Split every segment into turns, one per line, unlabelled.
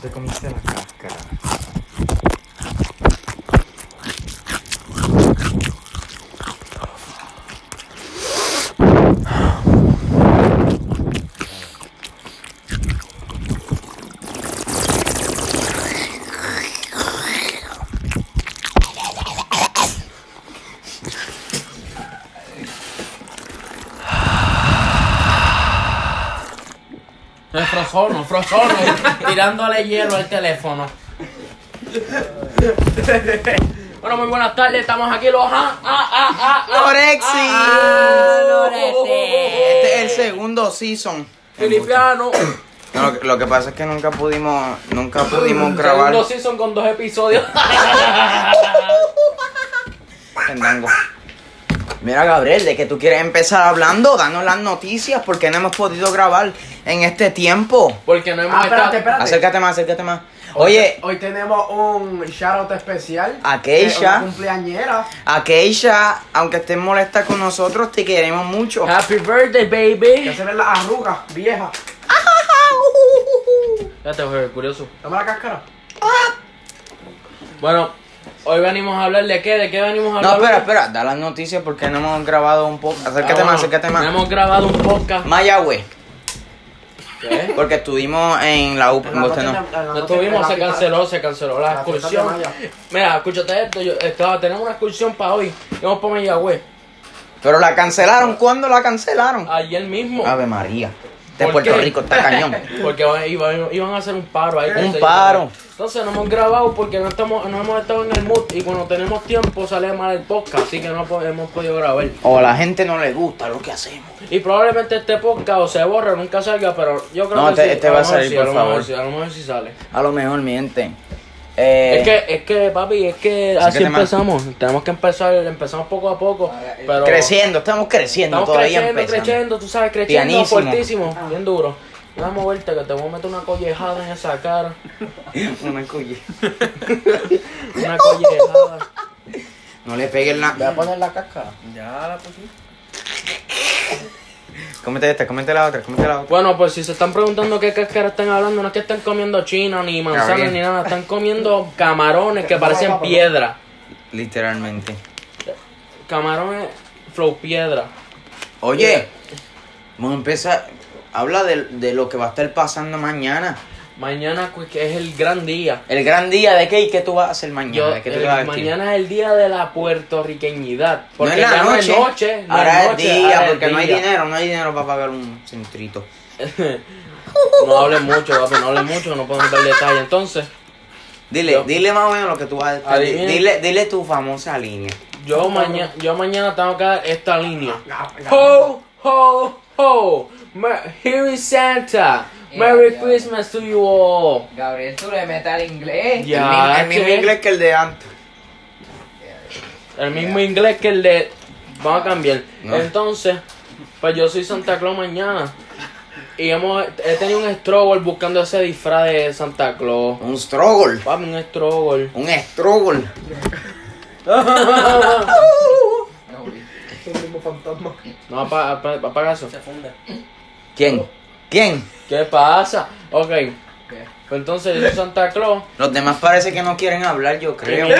Te comiste la cáscara.
El frozono, frozono, tirándole hielo al teléfono. Bueno, muy buenas tardes, estamos aquí los... Ah, ah, ah, ah, ah.
Lorexi.
Ah, Lorexi.
Este es el segundo season.
Filipiano.
No, lo, que, lo que pasa es que nunca pudimos, nunca pudimos grabar
Segundo season con dos episodios.
Fandango. Mira Gabriel, de que tú quieres empezar hablando, danos las noticias porque no hemos podido grabar en este tiempo.
Porque no hemos
Ah, espérate,
estado-
espérate.
Acércate más, acércate más. Oye,
Hoy tenemos un shoutout especial.
A Keisha.
Eh, Una cumpleañera.
a Keisha, aunque estés molesta con nosotros, te queremos mucho.
Happy birthday,
Ya
baby.
se ven las arrugas, vieja.
Fíjate, Jorge, curioso.
Dame la cáscara.
Bueno, hoy venimos a hablar de qué, de qué venimos a
No,
hablar.
espera, espera, da las noticias porque no hemos grabado un poco. Acércate
Ah, bueno,
más, acércate más.
Hemos grabado un podcast.
Mayagüez,
¿Qué?
porque estuvimos en la UP,
En
en
la
usted
noche de- en
no.
la
No
noche de
estuvimos,
la
se
fiesta-
canceló, se canceló la
la fiesta de
excursión.
Maya.
Mira, escúchate esto, yo, eh, estaba, tenemos una excursión para hoy. Vamos para Mayagüez.
Pero la cancelaron, ¿cuándo la cancelaron?
Ayer mismo.
Ave María. De
¿Por
Puerto
qué?
Rico está cañón.
Porque iba- iba- iban, a hacer un paro ahí.
Un paro.
Entonces no hemos grabado porque no estamos, no hemos estado en el mood y cuando tenemos tiempo sale mal el podcast, así que no po- hemos podido grabar.
O a la gente no le gusta lo que hacemos.
Y probablemente este podcast o se borra, nunca salga, pero yo creo
No,
que
este-
sí.
este va
lo
a
mejor
salir,
sí,
por
lo mejor
favor.
sí, a lo mejor sí sale.
A lo mejor mienten. Eh,
Es que, es que, papi, es que
Así que
así
te mando-
empezamos. Tenemos que empezar, empezamos poco a poco, pero...
creciendo, estamos creciendo
Estamos
todavía
creciendo,
empezando.
creciendo, tú sabes, creciendo
Pianísimo.
fuertísimo, bien duro. Dame vuelta que te voy a meter una collejada en esa cara.
Una cuya.
Una collejada.
No le peguen la.
poner la cáscara.
Ya la pusiste.
pues.
Cómete esta, cómete la otra, cómete la otra.
Bueno, pues si se están preguntando qué cáscara están hablando, no es que están comiendo china, ni manzanas,
Gabriel.
ni nada. Están comiendo camarones que parecen piedra.
Literalmente.
Camarones flow piedra.
Oye, vamos a empezar. Habla de, de lo que va a estar pasando mañana.
Mañana pues, que es el gran día.
El gran día de qué y qué tú vas a hacer mañana.
Yo-
¿De qué tú
el-
te vas a vestir?
mañana es el día de la puertorriqueñidad. Porque
no es
ya
la noche.
no es noche. no
ahora
es
es,
noche,
día,
ahora es
porque no hay
día.
dinero, no hay dinero para pagar un centrito.
No hablen mucho, papi, no hablen mucho, no podemos dar detalles. Entonces,
Dile,
Yo-
dile más o menos lo que tú vas a estar.
Adivina.
Dile, dile tu famosa línea.
yo, mañana, yo mañana tengo que dar esta línea.
Ga-
Ho, ho, ho. Mer- Here is Santa.
Eh,
Merry Christmas to you all.
Gabriel, tú le metes al inglés.
Ya,
el mismo, el mismo
che.
inglés que el de antes.
El mismo inglés que el de. Vamos a cambiar.
No.
Entonces, pues yo soy Santa Claus mañana. Y hemos, he tenido un struggle buscando ese disfraz de Santa Claus.
Un struggle.
Papi, un struggle.
Un struggle.
No, güey.
Es el mismo fantasma.
No, apa- apa- apaga eso.
¿Quién? ¿Quién?
¿Qué pasa? Ok,
¿Qué?
pues entonces yo soy Santa Claus.
Los demás parece que no quieren hablar, yo creo.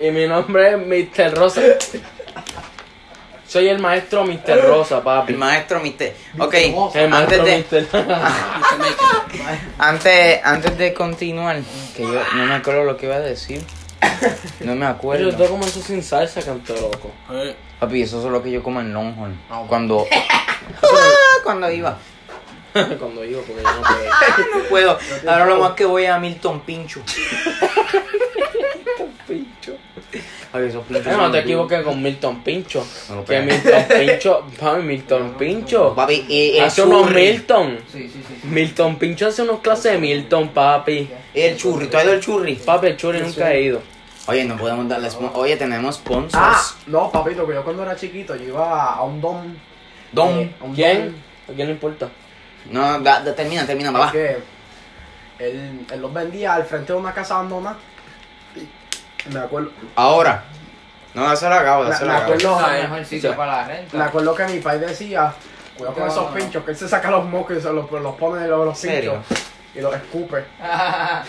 Y mi nombre es Mr. Rosa. Soy el maestro Mr. Rosa, papi.
El maestro Mister. Ok,
El maestro
antes de, Ah.
Mr.
antes, antes de continuar, que yo no me acuerdo lo que iba a decir. No me
Yo
acuerdo.
estoy como eso sin salsa, canto loco.
Papi, eso es lo que yo como en Longhorn.
Ah,
Cuando. Cuando iba.
Cuando digo, porque yo no puedo.
Ay, no puedo. Ahora lo más que voy a Milton Pincho. Ay, esos pinchos.
Eh,
son
no te
duros.
equivoques con Milton Pincho.
No lo
que
pegues.
Milton Pincho, papi, Milton Pincho.
Papi, y el
Hace unos
churri.
Milton.
Sí, sí, sí. sí.
Milton Pincho hace unos clases de Milton, papi.
El churri, ¿tú has ido al churri?
Papi, el churri nunca ha ido.
Oye, no podemos darle spon- Oye, tenemos sponsors.
Ah, no, papito, que yo cuando era chiquito, yo iba a un don.
Don.
eh, a un
¿Quién? ¿A quién le importa?
No, da- da- termina, termina,
don
papá.
que él, él los vendía al frente de una casa abandonada. Me acuerdo,
Ahora. No, dáselo a Gabo,
me,
dáselo
me
a Gabo.
acuerdo.
No, es mejor sitio
Sí.
para la
Me
renta.
acuerdo que mi padre decía, cuidado con esos pinchos, que él se saca los mocos y se los, los pone de los, los
¿En serio?
pinchos. y los escupe.
A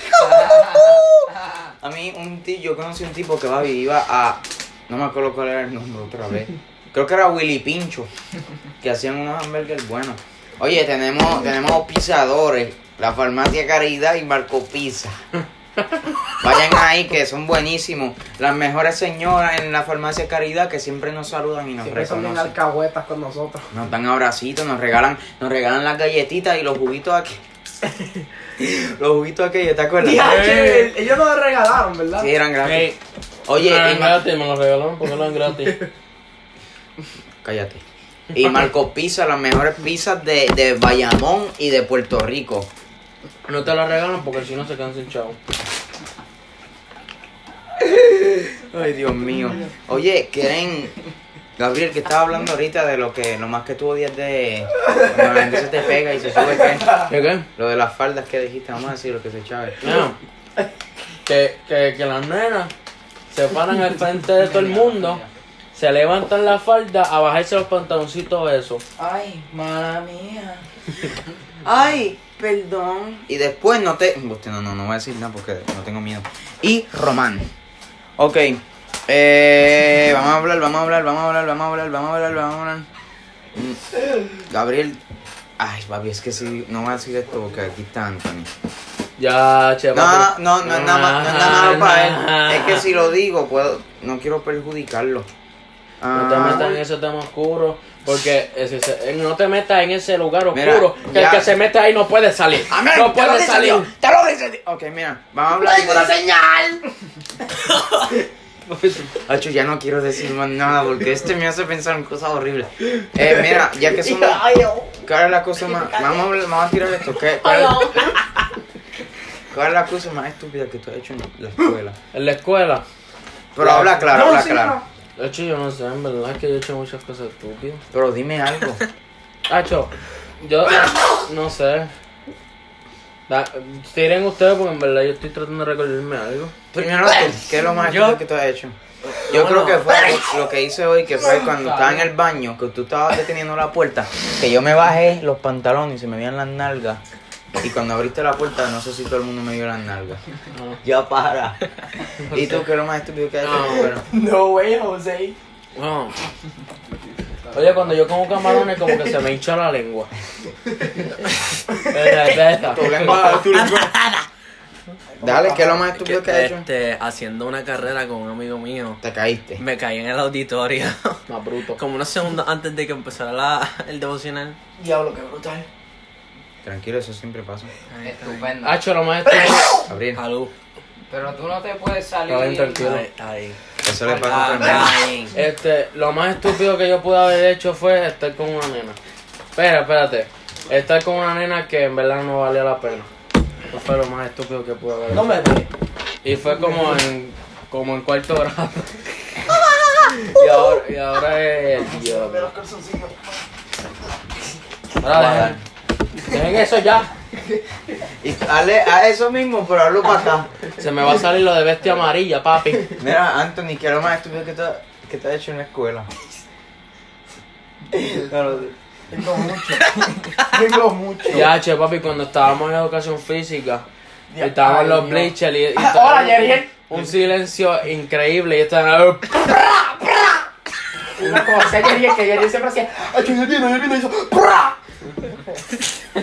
mí, un tío, yo conocí un tipo que va iba a. No me acuerdo cuál era el nombre otra vez. Creo que era Willy Pincho. Que hacían unos hamburgues buenos. Oye, tenemos, tenemos pisadores. La farmacia Caridad y Marco Pizza. Vayan ahí que son buenísimos. Las mejores señoras en la farmacia Caridad que siempre nos saludan y nos
Siempre son bien
reconocen.
alcahuetas con nosotros.
Nos dan abracitos, nos regalan, nos regalan las galletitas y los juguitos aquí. los juguitos aquellos, ¿te acuerdas?
Diache, ellos nos regalaron, ¿verdad?
Sí, eran gratis.
Eh,
Ey,
Oye,
me lo dan
y Mar-
gratis, me lo regalaron porque lo dan gratis.
cállate. Y Marco Pizza, las mejores pizzas de, de Bayamón y de Puerto Rico.
No te lo regalan porque si no se quedan sin chavo.
Ay, Dios mío. Oye, ¿quieren...? Gabriel, que estaba hablando ahorita de lo que, lo más que tú odias de... Cuando la gente se te pega y se sube, ¿qué?
¿De qué?
Lo de las faldas que dijiste, vamos a decir lo que se echaba.
No. Que, que, que las nenas se paran al frente de todo el mundo, se levantan la falda a bajarse los pantaloncitos esos.
Ay, mala mía.
Ay, perdón. Y después no te. Usted, no, no, no voy a decir nada porque no tengo miedo. Y Román. Ok. Eh, vamos a hablar, vamos a hablar, vamos a hablar, vamos a hablar, vamos a hablar, vamos a hablar. Mm, Gabriel. Ay, papi, es que sí, no voy a decir esto porque aquí está Anthony.
Ya, che,
No,
papi.
no, no es nada más, no es nada malo para él. Es que si lo digo, puedo, no quiero perjudicarlo.
No te
Ah,
metas en ese tema oscuro, porque ese- ese- eh, no te metas en ese lugar oscuro,
Mira,
que
ya.
el que se mete ahí no puede salir.
Amén,
no
te lo
puede
dice
salir.
Dios, te lo dice Dios. Ok, mira, vamos a hablar. de- Hacho, ya no quiero decir más nada porque este me hace pensar en cosas horribles. Eh, mira, ya que somos. ¿Cuál es la cosa más.? Vamos a, hablar- vamos a tirar esto. ¿Qué, cuál, cuál es la cosa más estúpida que tú has hecho en la escuela?
En la escuela.
Pero habla claro,
No,
habla
sí,
claro.
no.
De hecho, yo no sé, en verdad es que yo he hecho muchas cosas estúpidas.
Pero dime algo.
Hacho, yo no sé. Da- tiren ustedes porque en verdad yo estoy tratando de recordarme algo.
Primero, tú, ¿qué es lo más estúpido que tú has hecho? Yo creo que fue lo que hice hoy, que fue cuando estaba en el baño, que tú estabas deteniendo la puerta, que yo me bajé los pantalones y se me veían las nalgas. Y cuando abriste la puerta, no sé si todo el mundo me vio las nalgas. Ya para. ¿Y tú qué es lo más estúpido que has hecho?
No.
Pero-
No way, José.
No. Oye, cuando yo como camarones como que se me hincha la lengua. Esa, esa, esa.
Dale, ¿qué es lo más estúpido que has hecho?
Este, haciendo una carrera con un amigo mío,
Te caíste.
me caí en el auditorio.
Más bruto.
Como unos segundos antes de que empezara la, el devocional.
Diablo, qué brutal.
Tranquilo, eso siempre pasa.
Estupendo.
Hacho, lo más estúpido.
Gabriel,
Salud.
Pero tú no te puedes salir.
Está bien, tranquilo.
Está- Está ahí.
eso le
Ah,
pasa a
Está
todo el mundo.
bien.
Este, lo más estúpido que yo pude haber hecho fue estar con una nena. Espera, espérate. Estar con una nena que en verdad no valía la pena. Eso fue lo más estúpido que pude haber hecho.
No me ve.
Y fue como en, como en cuarto grado. y ahora, y ahora es. Dios mío. Ahora dejen, dejen eso ya.
Y dale a eso mismo, pero hazlo para acá.
Se me va a salir lo de bestia amarilla, papi.
Mira, Anthony, ¿qué es lo más estúpido que te, que te has hecho en la escuela? Claro,
Tengo mucho. Tengo mucho.
Ya, che, papi, cuando estábamos en educación física, y
Ya,
estábamos
ay,
en los
Dios.
bleachers y, y
Ah,
todo-
hola, Yeriel.
un silencio increíble y estaban
Una cosa que dije que yo siempre hacía. ¡Ay, yo vino, yo vino! Y yo. ¡Pra!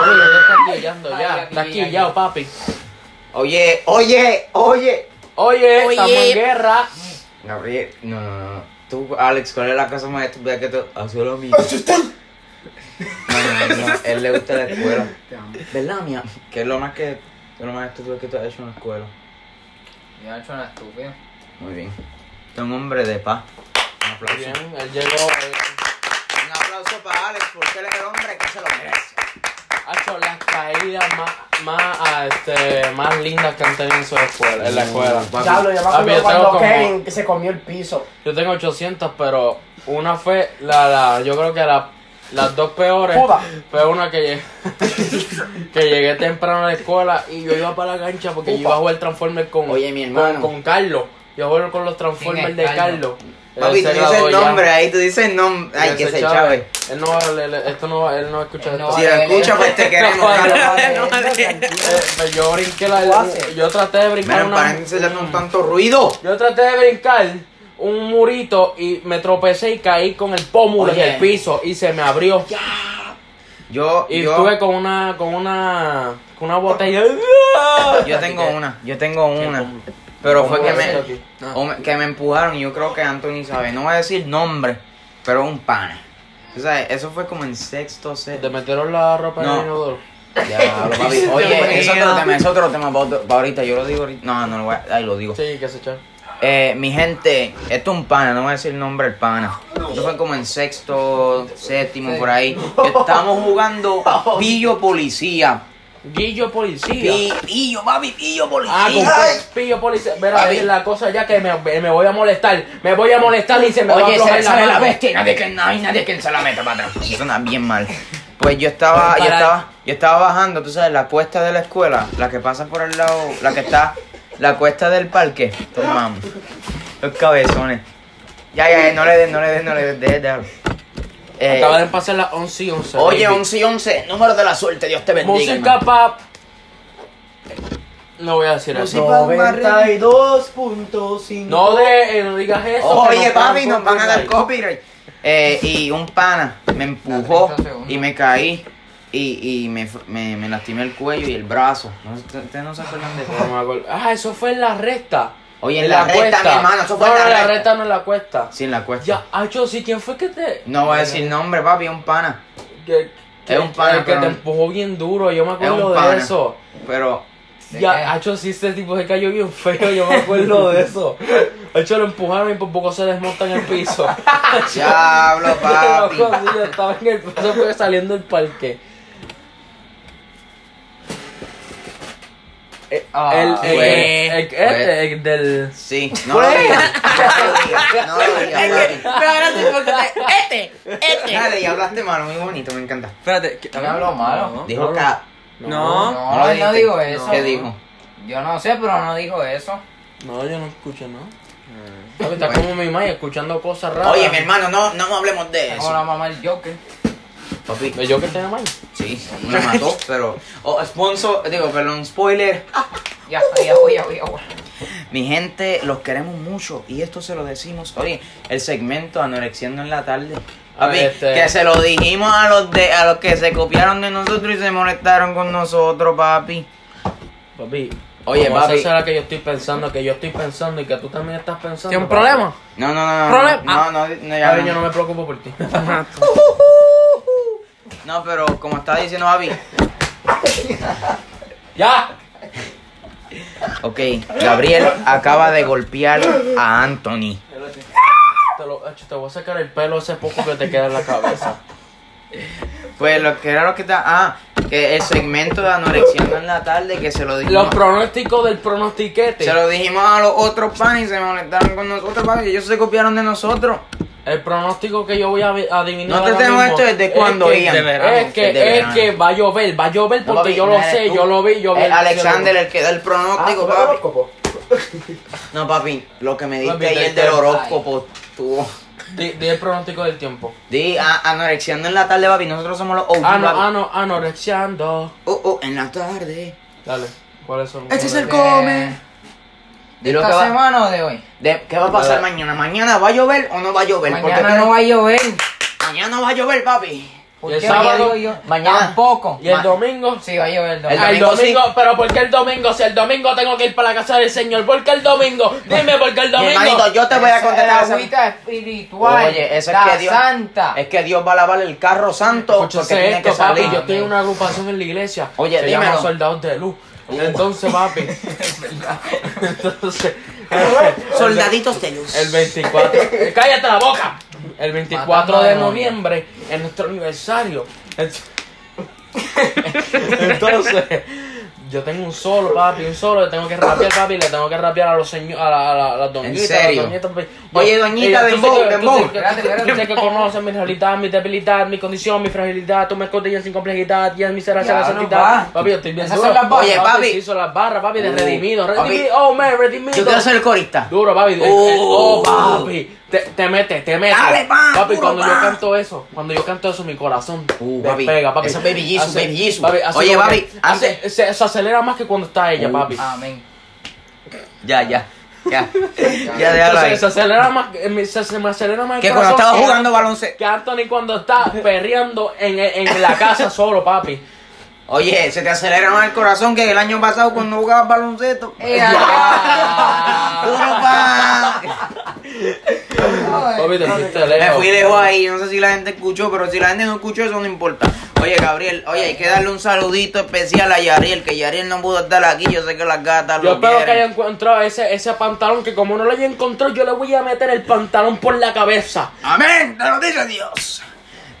Oye, ya está quillando ya, está quillado, papi.
Oye, oye, oye.
Oye, estamos en guerra.
Gabriel, no, no, no. Tú, Alex, ¿cuál es la cosa más estúpida que tú has hecho? lo mismo.
¡Ah,
No, no, no, él le gusta la escuela.
Te amo.
¿Verdad, mía? ¿Qué es lo más que, qué es lo más estúpido que tú has hecho en la escuela?
Yo no he hecho nada estúpido.
Muy bien. Tú eres un hombre de paz. Un aplauso.
Bien, él llegó. eh,
Un aplauso para Alex porque él es el hombre que se lo merece.
Ha hecho las caídas más, más, ah, este, más lindas que han tenido en su escuela,
Mm.
en la escuela.
Papi,
Diablo, yo me
Papi, yo
acuerdo
tengo
cuando
como-
Kevin se comió el piso.
Yo tengo 800, pero una fue la, la yo creo que la, las dos peores.
Puta.
Fue una que llegué, que llegué temprano a la escuela y yo iba para la cancha porque yo iba a jugar Transformers con,
Oye, mi
con,
hermano.
con Carlos. Yo juego con los Transformers
¿Quién
de
es
Carlos.
Carlos?
Él se
Papi, tú dices
graduó
el
ya.
nombre ahí, tú dices el nombre. Ay,
Él
que
se
se
chave.
chave.
Él no va a- él- él- esto no va, él no escucha
Él no
esto.
Si lo
Vale,
escuchas, pues te queremos. cabrón.
Eh, pues yo brinqué la.
Lo hace.
Yo traté de brincar
Miren,
una.
paren de hacer un tanto ruido.
Yo traté de brincar un murito y me tropecé y caí con el pómulo
Oye.
en el piso y se me abrió.
Yo,
Y
yo,
estuve con una, con una, con una botella.
yo tengo una, yo tengo una. Pero fue que me, o me- que me empujaron y yo creo que Anthony sabe. No voy a decir nombre, pero un pana. Tú sabes, eso fue como en sexto,
¿Te
sexto.
metieron la ropa en
No.
el inodoro?
Diablo, papi. Oye, es otro tema, es otro tema para, otro- para ahorita. Yo lo digo ahorita. No, no lo voy a, ay, lo digo.
Sí, que se echaron.
Eh, mi gente, esto es un pana, no voy a decir el nombre del pana. Esto fue como en sexto, séptimo, por ahí. Estamos jugando pillo policía.
Guillo policía.
Pi- Pillo, papi, pillo policía.
Ah, con pillo policía. Verá,
Papi.
es la cosa ya que me, me voy a molestar. Me voy a molestar y se me
Oye,
va a
se le
aflojar
sale
la
la
mano.
bestia y nadie que, no hay nadie que se la meta para atrás. Eso suena bien mal. Pues yo estaba, yo
Para-
estaba, yo estaba bajando, tú sabes, la cuesta de la escuela, la que pasa por el lado, la que está, la cuesta del parque. Tomamos. Los cabezones. Ya, ya, ya, no le des, no le des, no le des, deje, déjalo. Eh,
Acaba de pasar las 11 y 11.
oye,
baby.
11 y 11, número de la suerte, Dios te bendiga.
Música
hermano.
pop. No voy a decir eso.
92.5.
No, de, eh, no digas eso. que
Oye,
nos dan
papi, nos van a dar
copyright.
copyright. Eh, y un pana me empujó
30 segundos.
y me caí y, y me, f- me, me lastimé el cuello y el brazo. No, Ustedes ustedes no se acuerdan de
No
eso.
me acuerdo. Ah, eso fue en la recta.
Oye, en la, recta,
cuesta.
mi hermano, eso fue
no,
en
no,
la recta.
no en la cuesta.
Sí, en la cuesta.
Ya, ah, yo sí, ¿quién fue que te.?
No voy a decir nombre, papi, es un pana.
que- que-
Es un pana,
el que
pero-
te empujó bien duro. Yo me
Es
acuerdo
un
de
pana.
eso.
Pero,
¿De qué?
Ya, Hacho, sí, este tipo se cayó bien feo, yo me acuerdo de eso. Hacho lo empujaron y por poco se desmonta en el piso.
diablo,
Loco,
papi.
sí, yo estaba en el piso fue saliendo del parque. Eh,
Ah.
Ah,
El, el,
Fue.
el- el- este, el del...
Sí, no lo digas. No lo digas, no lo digas, papi.
Este, este.
Dale, y hablaste malo, muy bonito, me encanta.
Espérate. ¿qué-
No me hablo malo.
Dijo
No.
ca-
No.
No,
No lo
él
dijiste.
no dijo eso.
¿Qué dijo?
Yo no sé, pero no dijo eso.
No, yo no escucho, ¿no? Papi, Está como mi mamá escuchando cosas raras.
Oye, mi hermano, no, no hablemos de
Está Como la
eso.
mamá del Joker.
Papi,
¿Yo que te mal?
Sí, me mató, pero. Oh, sponsor, digo, perdón, spoiler.
Ya, ya, ya, ya, ya.
Mi gente, los queremos mucho y esto se lo decimos. Oye, el segmento Anorexiando en la tarde. Papi,
Este.
que se lo dijimos a los de, a los que se copiaron de nosotros y se molestaron con nosotros, papi.
Papi.
Oye,
¿cómo
papi.
esa será que yo estoy pensando, que yo estoy pensando y que tú también estás pensando.
¿Tiene un
papi?
problema?
No, no, no, no.
Problema.
No, no, no, no, ya
Papi, ah. yo no
no.
me preocupo por ti.
No, pero como estaba diciendo papi,
¡Ya!
ok, Gabriel acaba de golpear a Anthony.
Te, lo, Hacho, te voy a sacar el pelo ese poco que te queda en la cabeza.
Pues lo que era lo que está. Ah, que el segmento de Anorexiando en la tarde que se lo dijimos.
Los pronósticos del pronostiquete.
Se lo dijimos a los otros panes y se molestaron con nosotros, papi. Ellos se copiaron de nosotros.
El pronóstico que yo voy a vi- adivinar.
Nosotros
ahora
tenemos
mismo
esto desde
es
cuándo,
que-
Ian.
de verano,
Es que,
de
es
verano.
que va a llover, va a llover porque
No, papi,
yo
no
lo
eres
sé,
tú.
yo lo vi, yo vi.
Es Alexander el que da el pronóstico, papi.
horóscopo.
No, papi, lo que me
Papi,
diste ayer
te-
del horóscopo, tú.
Di, di el pronóstico del tiempo.
Di, a- anorexiando en la tarde, papi. Nosotros somos los OG,
Ah, no,
papi.
ah, no, anorexiando.
Oh, oh, en la tarde.
Dale, ¿cuáles son?
Este es el
De-
come.
¿De
Di lo que
esta
va.
semana o de hoy?
de- ¿Qué va a pasar mañana? ¿Mañana va a llover o no va a llover?
Mañana no va a llover.
Mañana va a llover, papi.
¿Por
Y el
qué?
sábado,
Yo digo yo,
mañana.
Tampoco.
¿Y el domingo?
Sí, va a llover el domingo.
Ah, El
domingo
domingo, pero ¿por qué el domingo? Si el domingo tengo que ir para la casa del Señor, ¿por qué el domingo? Dime, ¿por qué el
Mi
domingo?
hermanito, yo te voy a
Esa es
contestar
La
esa-
agüita espiritual.
Oye, eso es
la
que Dios-
santa.
Es que Dios va a lavar el carro santo porque
Escúchese
tiene
esto,
que salir.
papi. Yo estoy en una agrupación en la iglesia.
Oye,
se llama
dímelo. Uh.
Soldados de Luz. Entonces, papi. Entonces,
Soldaditos de luz.
el 24. eh, ¡Cállate la boca! El 24
Matando
de
demonios.
noviembre es nuestro aniversario. Ent- Entonces, yo tengo un solo, papi, un solo. Le tengo que rapear, papi. Le tengo que rapear a los señores, a, la- a la- a las doñitas, a las
serio?
doñitas, papi. eh,
Oye, doñita,
de
dembow, dembow.
Espérate, espérate.
Tú sé que conoces mi realidad, mi debilidad, mi condición, mi fragilidad. Tú me escondes sin complejidad y en mi será será
Ya, no,
santidad.
pa.
Papi, yo estoy bien
Esas
duro.
son las barras.
Oye, papi.
se hizo las barras, papi, de
Uh,
redimido.
papi.
Redimido, oh, man, redimido.
Yo quiero ser el corista.
Duro, papi. Eh, eh,
Oh.
Oh, papi. Te, te metes, te metes.
Dale, pa,
papi,
duro,
cuando
pa.
yo canto eso, cuando yo canto eso, mi corazón
Uh, papi,
despega, papi.
eso es Baby Jesus,
Hace-
Baby Jesus.
papi, hace
Oye,
como
papi,
que-
antes-
hace- se, se acelera más que cuando está ella,
Uh,
papi.
Amén.
Ya, ya. Ya. Ya, déjalo ahí.
Entonces, se acelera más, eh, mi- se, se me acelera más el
Que cuando
corazón
estaba
que-
jugando baloncesto.
que Anthony cuando está perreando en, en la casa solo, papi.
Oye, se te acelera más el corazón que el año pasado cuando jugabas baloncesto.
Eh,
Duro, pa.
Papi, te fuiste
Me
lejos.
fui lejos ahí, no sé si la gente escuchó, pero si la gente no escuchó eso no importa. Oye, Gabriel, oye, hay que darle un saludito especial a Yariel, que Yariel no pudo estar aquí, yo sé que las gatas
Yo
lo
espero que haya
quieren.
encontrado ese, ese pantalón que como no lo haya encontrado, yo le voy a meter el pantalón por la cabeza.
Amén, te lo dice Dios.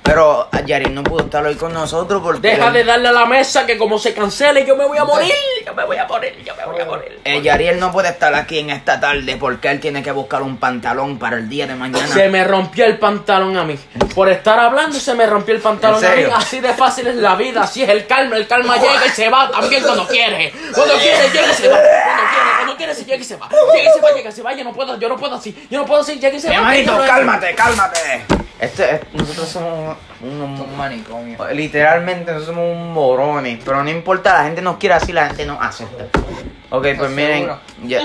Pero a Yariel no pudo estar hoy con nosotros porque...
Deja de darle a la mesa que como se cancele, yo me voy a morir. Yo me voy a morir, yo me voy a morir.
Eh, Yariel no puede estar aquí en esta tarde porque él tiene que buscar un pantalón para el día de mañana.
Se me rompió el pantalón a mí. Por estar hablando se me rompió el pantalón
¿En
a mí.
serio?
Así de fácil es la vida. Así es el calma. El calma llega y se va también cuando quiere. Cuando quiere, llega y se va. Cuando quiere, cuando quiere, se llega y se va. Llega y se va, llega y se va. Yo no puedo, yo no puedo así. Yo no puedo así, llega y se va.
Hermanito,
Yo no-
cálmate, cálmate. Este, es- nosotros somos unos...
Un manicomio.
Literalmente nosotros somos un morones, pero no importa, la gente nos quiere así, la gente nos acepta. Ok, pues miren,
seguro.
ya,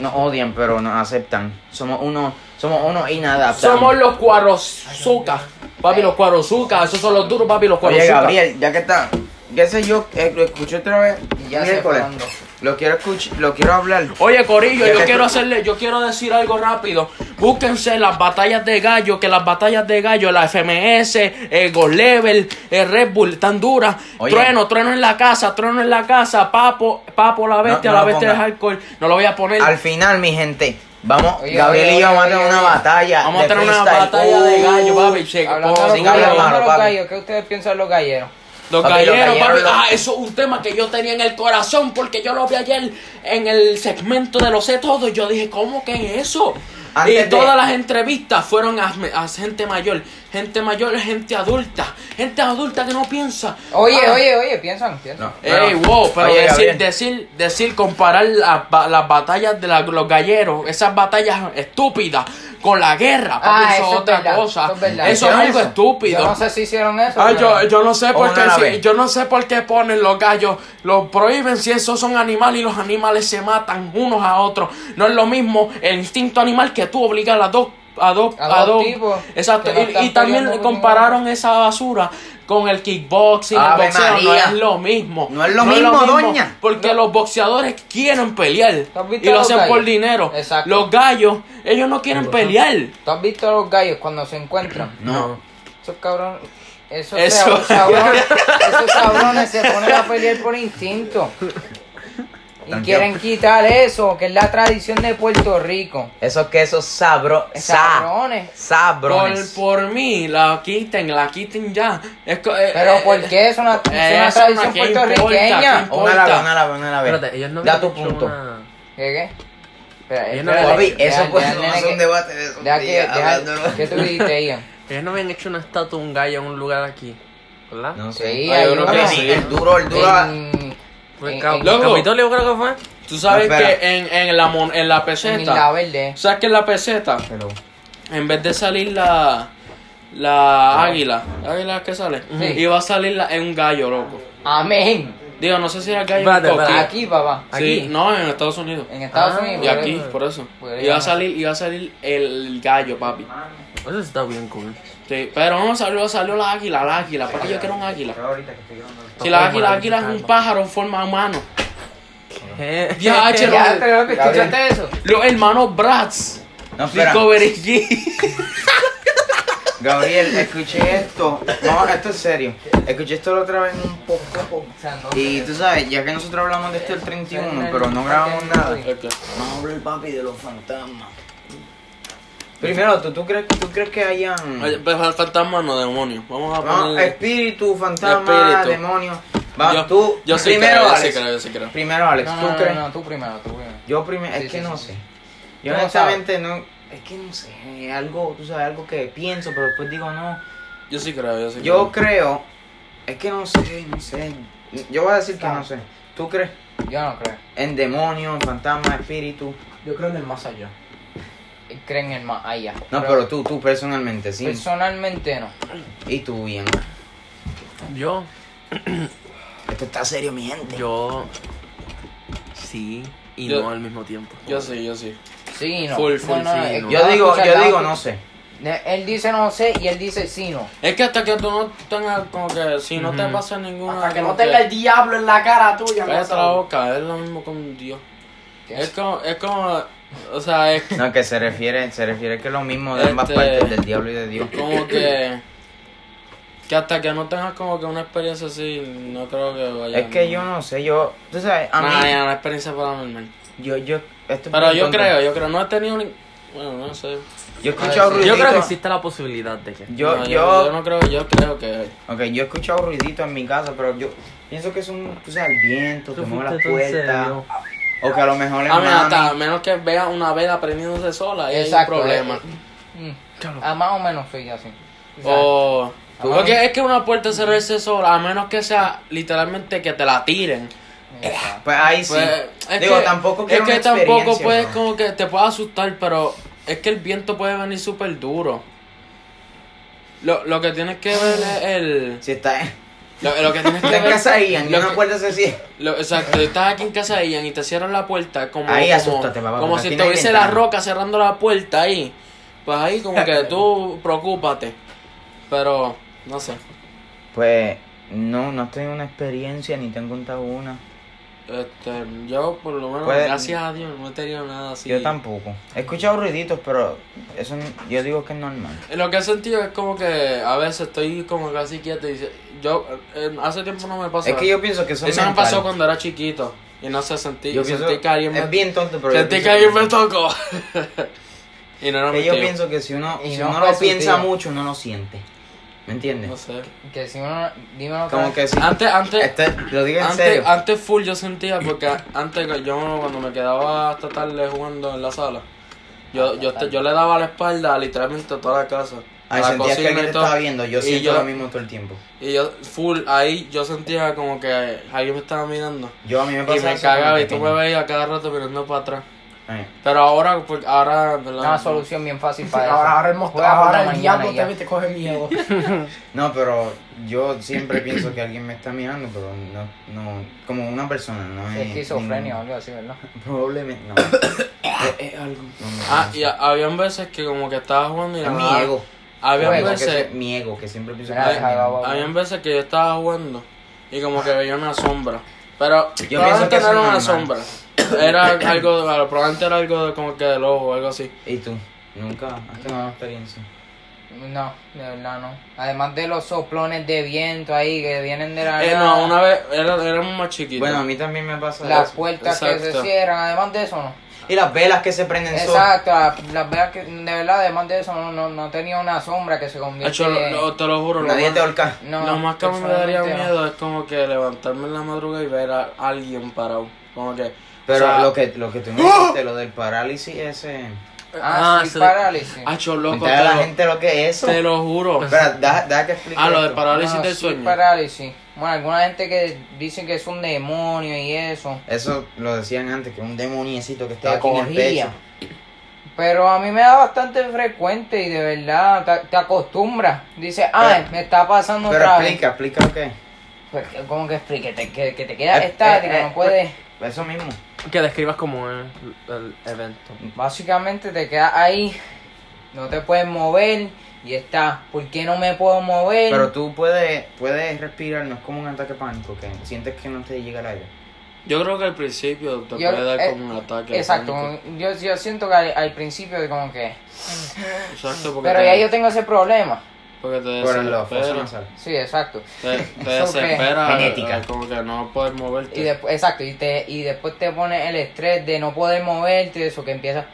nos odian, pero nos aceptan. Somos unos, somos unos inadaptados.
Somos los cuarozucas. Papi, los cuarozucas. Esos son los duros, papi, los
Oye,
cuarozucas.
Gabriel, ya que está, qué sé yo, eh, lo escuché otra vez,
Y ya se
miércoles.
fueron dos.
lo quiero escuchar, lo quiero hablar.
Oye, Corillo,
Ya
yo
te-
quiero hacerle, yo quiero decir algo rápido. Búsquense las batallas de gallo, que las batallas de gallo, la FMS, eh, Gold Level, eh, Red Bull, tan duras.
Oye.
Trueno, trueno en la casa, trueno en la casa, papo, papo la bestia,
no
la
lo
bestia de
pongas.
alcohol. No lo voy a poner.
Al final, mi gente, vamos,
Oye,
Gabriel
oye,
y yo
oye,
vamos a tener
oye,
una
oye.
batalla.
Vamos a
de
tener una
freestyle.
batalla de gallo, papi. Se-
Hablando
con-
de los
sin
gallos,
hablar
hablando de
malo,
los
papi.
gallos, ¿qué ustedes piensan de los galleros?
Los
Papi, los
galleros,
galleros,
papi.
los-
Ah, eso es un tema que yo tenía en el corazón porque yo lo vi ayer en el segmento de Lo Sé Todo y yo dije, ¿cómo que es eso?
Antes
y
de-
todas las entrevistas fueron a, a gente mayor, gente mayor, gente adulta, gente adulta que no piensa.
Oye,
Ah,
oye, oye, piensan,
No.
piensan.
Ey,
Bueno,
wow, pero
oye,
decir,
Gabriel.
decir, decir, comparar las ba- las batallas de la- los galleros, esas batallas estúpidas, con la guerra, papi,
Ah,
eso,
eso
es
es
otra
verdad,
cosa.
eso es verdad.
¿Hicieron
algo
eso?
estúpido.
Yo no sé si hicieron eso.
Ah,
pero-
yo, yo no sé
O
por
un
qué
árabe.
si- yo no sé por qué ponen los gallos, los prohíben si esos son animales y los animales se matan unos a otros. No es lo mismo el instinto animal que tú obligas a dos a dos
A dos tipos
Exacto,
que no
y-
están
y, también
peleando
compararon esa basura con el kickboxing, el
Ave
boxeo, no
María.
es lo mismo.
No es lo mismo, doña.
Porque los boxeadores quieren pelear
¿Tú has visto
y lo
los
hacen por
gallos?
dinero.
Exacto.
Los gallos, ellos no quieren pelear.
¿Tú has visto a los gallos cuando se encuentran?
No.
Esos cabrones. Esos,
Eso.
cab- cabrones, esos cabrones se ponen a pelear por instinto. Y
Tranquilo.
quieren quitar eso, que es la tradición de Puerto Rico.
Esos quesos sabros.
Cabrones.
Sabrones.
Por, por mí, la quiten, la quiten ya. Es co- eh,
Pero
eh,
¿por qué? Es una, es una
Eso,
tradición
¿qué importa?
puertorriqueña.
¿Qué
Una
importa?
la una la una la
Espérate, ellos no
Da
habían
tu
hecho
punto.
una-
¿Qué qué? Espera,
Ellos no
espera,
Papi,
deja-
eso
deja-
pues
deja
no es
que-
un debate de esos
Deja que,
días,
deja-
hablándolo.
¿qué tú dijiste, Ian?
Ellos no habían hecho una estatua, un gallo en un lugar aquí. ¿Verdad?
No
Sí,
sé.
hay
Ay,
uno
uno que
en-
sí.
El duro, el duro.
en-
Fue
en-
Cap-
en-
Loco.
Capitolio creo que fue.
Tú sabes
No, espera.
que en, en la, mon- en la
en Isla
peseta,
Verde.
¿sabes que en la peseta,
Hello.
en vez de salir la, la águila, águila que sale, iba a salir la- en un gallo, loco.
Amén.
Digo, no sé si era gallo
Espérate,
o coquí.
espérate.
Aquí, papá.
Sí,
Aquí.
no, en Estados Unidos.
En Estados
Ah,
Unidos. Pues,
Y
pero-
aquí, por eso.
Podría
Iba a
no.
salir, iba a salir el gallo, papi.
Eso está bien cool.
Sí, pero no, salió, salió la águila, la águila, porque yo quiero un águila. Si
Por
la águila,
favor,
águila es un
calma.
pájaro en forma humano.
Eh,
Ya,
Ya,
che,
ya,
los,
pero loco, ¿escuchaste eso?
los hermanos Bratz.
No, espera.
Discovery G.
Gabriel, escuché esto. No, esto es serio. Escuché esto la otra vez en un poco. Y tú sabes, ya que nosotros hablamos de esto el 31, pero no grabamos nada. Vamos a hablar, papi, de los fantasmas. Primero, ¿tú, tú, crees, ¿tú crees que hayan...?
Oye, pues, al fantasma no demonio. Vamos a
No,
poner.
espíritu, fantasma,
Espíritu.
demonios. Va,
yo,
tú,
yo sí
primero,
creo, yo sí
Alex.
creo, yo sí creo.
Primero, Alex,
No,
¿tú
no, no,
crees?
no, tú primero, tú primero.
Yo primero,
Sí,
es que
sí,
no
sí,
sé.
sí.
Yo
Tú no
honestamente no, es que no sé, es algo, tú sabes, algo que pienso, pero después digo no.
Yo sí creo, yo sí
Yo
creo.
creo, es que no sé, no sé. Yo voy a decir que no sé. ¿Tú crees
Yo no creo.
en demonios, en fantasmas, espíritu?
Yo creo en el más allá.
Creo en el más allá.
No, pero tú, tú personalmente, sí.
Personalmente no.
Y tú bien.
Yo,
Esto está serio, mi gente.
yo. Sí y
Yo-
no al mismo tiempo.
Yo sí, yo sí.
Sí, no. eh,
Full, full,
No, no,
sí,
es-
no.
Yo digo,
escucha,
yo
la-
digo no sé.
Ne- Él dice no sé y él dice sí, no.
Es que hasta que tú no tengas, como que, si no te pasa ninguna.
Hasta que
como
no tenga el diablo en la cara tuya. no
Cállate la
sabes.
boca, es lo mismo con Dios.
¿Qué?
Es como, es como, o sea, es
No, que se refiere, se refiere que es lo mismo de ambas
Este-
partes, del diablo y de Dios.
como que, que hasta que no tengas como que una experiencia así, no creo que vaya.
Es que yo no sé, yo, tú sabes, a
Nah,
mí,
ya, una experiencia paranormal.
yo, yo, esto es
Pero
bien
yo
tonto.
creo, yo creo, no he tenido ni... Bueno, no sé.
Yo he escuchado
Yo
ruiditos.
creo que existe la posibilidad de que.
Yo,
No,
yo,
yo no creo, yo creo que...
ok, yo he escuchado ruiditos en mi casa, pero yo pienso que es un, tú sabes, el viento que
Tú
mueve la
fuiste tan
puerta.
serio.
O que a lo mejor es
A mí, hasta
mami.
a menos que vea una vela prendiéndose sola, ahí
Exacto,
hay un problema.
eh,
Mm. Ah, más o menos soy así.
O...
Tú-
Porque es que una puerta cerrarse sola, a menos que sea literalmente que te la tiren.
Exacto.
Pues ahí sí.
Pues, es
Digo,
que-
tampoco
Es
quiero
que
una
tampoco
experiencia,
puedes
bro.
como que te puede asustar, pero es que el viento puede venir súper duro. Lo, lo que tienes que ver es el...
Si está,
Lo, lo que tienes que
está en
ver...
casa Ian y
lo
una
que-
puerta se cierra.
Lo- exacto, estás aquí en casa de Ian y te cierran la puerta como,
Ahí
como,
asústate, papá,
como
porque
si
aquí
te
no hay
hubiese la
ventana.
roca cerrando la puerta ahí. Pues ahí como que tú preocúpate. Pero, no sé.
Pues, no, no tengo una experiencia ni te han contado una.
Este, yo por lo menos,
Puede-
gracias a Dios, no he tenido nada así.
Yo tampoco. He escuchado ruiditos, pero eso n- yo digo que es normal.
Lo que he sentido es como que a veces estoy como casi quieto y dice- yo eh, hace tiempo no me pasó.
es que yo pienso que eso,
eso
es
me
mental.
pasó cuando era chiquito y no sé, sentí,
yo
sentí
pienso,
que alguien me
es bien tonto, pero yo
sentí
pienso
que alguien me tocó. y no era
que yo
mentira.
pienso que si uno,
Y
si
no
uno
fue
lo piensa
sutil.
mucho, uno lo siente. ¿Me entiendes?
No sé.
Que si uno. Dime otra
Como
vez.
que si...
Antes, antes,
Este- lo digo en
antes,
serio.
antes full yo sentía porque a- antes que yo cuando me quedaba hasta tarde jugando en la sala, yo, yo, te- yo le daba la espalda literalmente a toda la casa. a
Ay,
la
sentías que
cocina
alguien
y
te
todo.
estaba viendo. Yo
Y
siento
yo-
lo mismo todo el tiempo.
Y yo, full, ahí yo sentía como que alguien me estaba mirando.
Yo a mí me pasa
Y me
eso
cagaba
cuando
y tú me
pequeño.
veías cada rato mirando para atrás.
Ay,
Pero ahora, pues, ahora, en ¿verdad?
Una
no.
solución bien fácil para eso.
Ahora, ahora el, most-
Juega por
ahora
la
el
mañana
diablo
y
te,
ya.
ve y te coge miedo.
No, pero yo siempre pienso que alguien me está mirando, pero no, no, como una persona, no es...
Es esquizofrenia o
ningún-
algo así, ¿verdad?
Probablemente, no. Es- es algo... no, no,
Ah,
no
y
sé.
a- habían veces que como que estaba jugando y
Es
la
mi
nada-
ego.
Habían
Juego,
Ego, que
veces...
se- mi ego, que siempre pienso que
Mira, deja, va, va, va.
Habían veces que yo estaba jugando y como que veía una sombra. Pero
Yo pienso
probablemente
que eso
no era
es
una
normal.
sombra. Era algo, de- probablemente era algo de- como que del ojo o algo así. Eh,
¿Y tú? Nunca has tenido una experiencia.
No, de verdad no. Además de los soplones de viento ahí que vienen de la
Eh,
nada,
no, una vez era- éramos más chiquitos.
Bueno, a mí también me pasa
las
eso.
puertas que se
exacto.
cierran, además de eso no.
Y las velas que se prenden solas.
Exacto, las las velas que de verdad, además de eso no, no, no tenía una sombra que se
De
convierte
hecho, lo-
en-
lo- te lo juro, lo
Nadie
más,
te ahorca.
Este, no,
lo más que a mí me daría
personalmente no.
miedo es como que levantarme en la madrugada y ver a alguien parado. Como que...
Pero
o sea,
lo, que, lo que tú me dijiste, lo del parálisis ese...
Ah,
Ah,
sí,
eso de-
parálisis.
Hacho, loco,
Contarle a
te
la
lo,
gente lo que es eso.
te lo juro.
Espera, deja, deja que explique
Ah, lo del
esto.
parálisis
Pues, No,
del
sí,
sueño.
parálisis. Bueno, alguna gente que dicen que es un demonio y eso.
Eso lo decían antes, que un demoniecito que
Te
estaba aquí en el pecho.
cogía. Pero a mí me da bastante frecuente y de verdad te, te acostumbras. Dices, ah, me está pasando
Pero
otra
explica, explica lo que es.
vez. Pues, ¿Cómo que explique? Te- que, que te quedas
Eh,
estático,
eh, eh,
no puedes.
Eso mismo.
Que describas como el, el evento.
Básicamente te quedas ahí, no te puedes mover y está. ¿Por qué no me puedo mover?
Pero tú puedes, puedes respirar, no es como un ataque pánico, que sientes que no te llega el aire.
Yo creo que al principio te
Yo-
puede dar
eh,
como un ataque. de
Exacto,
pánico.
yo, yo siento que al, al principio de como que...
Exacto, porque
Pero
te,
ya yo tengo ese problema.
porque te
Por la fosa
desespera.
nasal.
Sí, exacto.
Te, te
Eso que-
desespera.
Genética.
eh, Como que no puedes moverte.
Y después, exacto, y, te, y después te pone el estrés de no poder moverte, eso que empieza...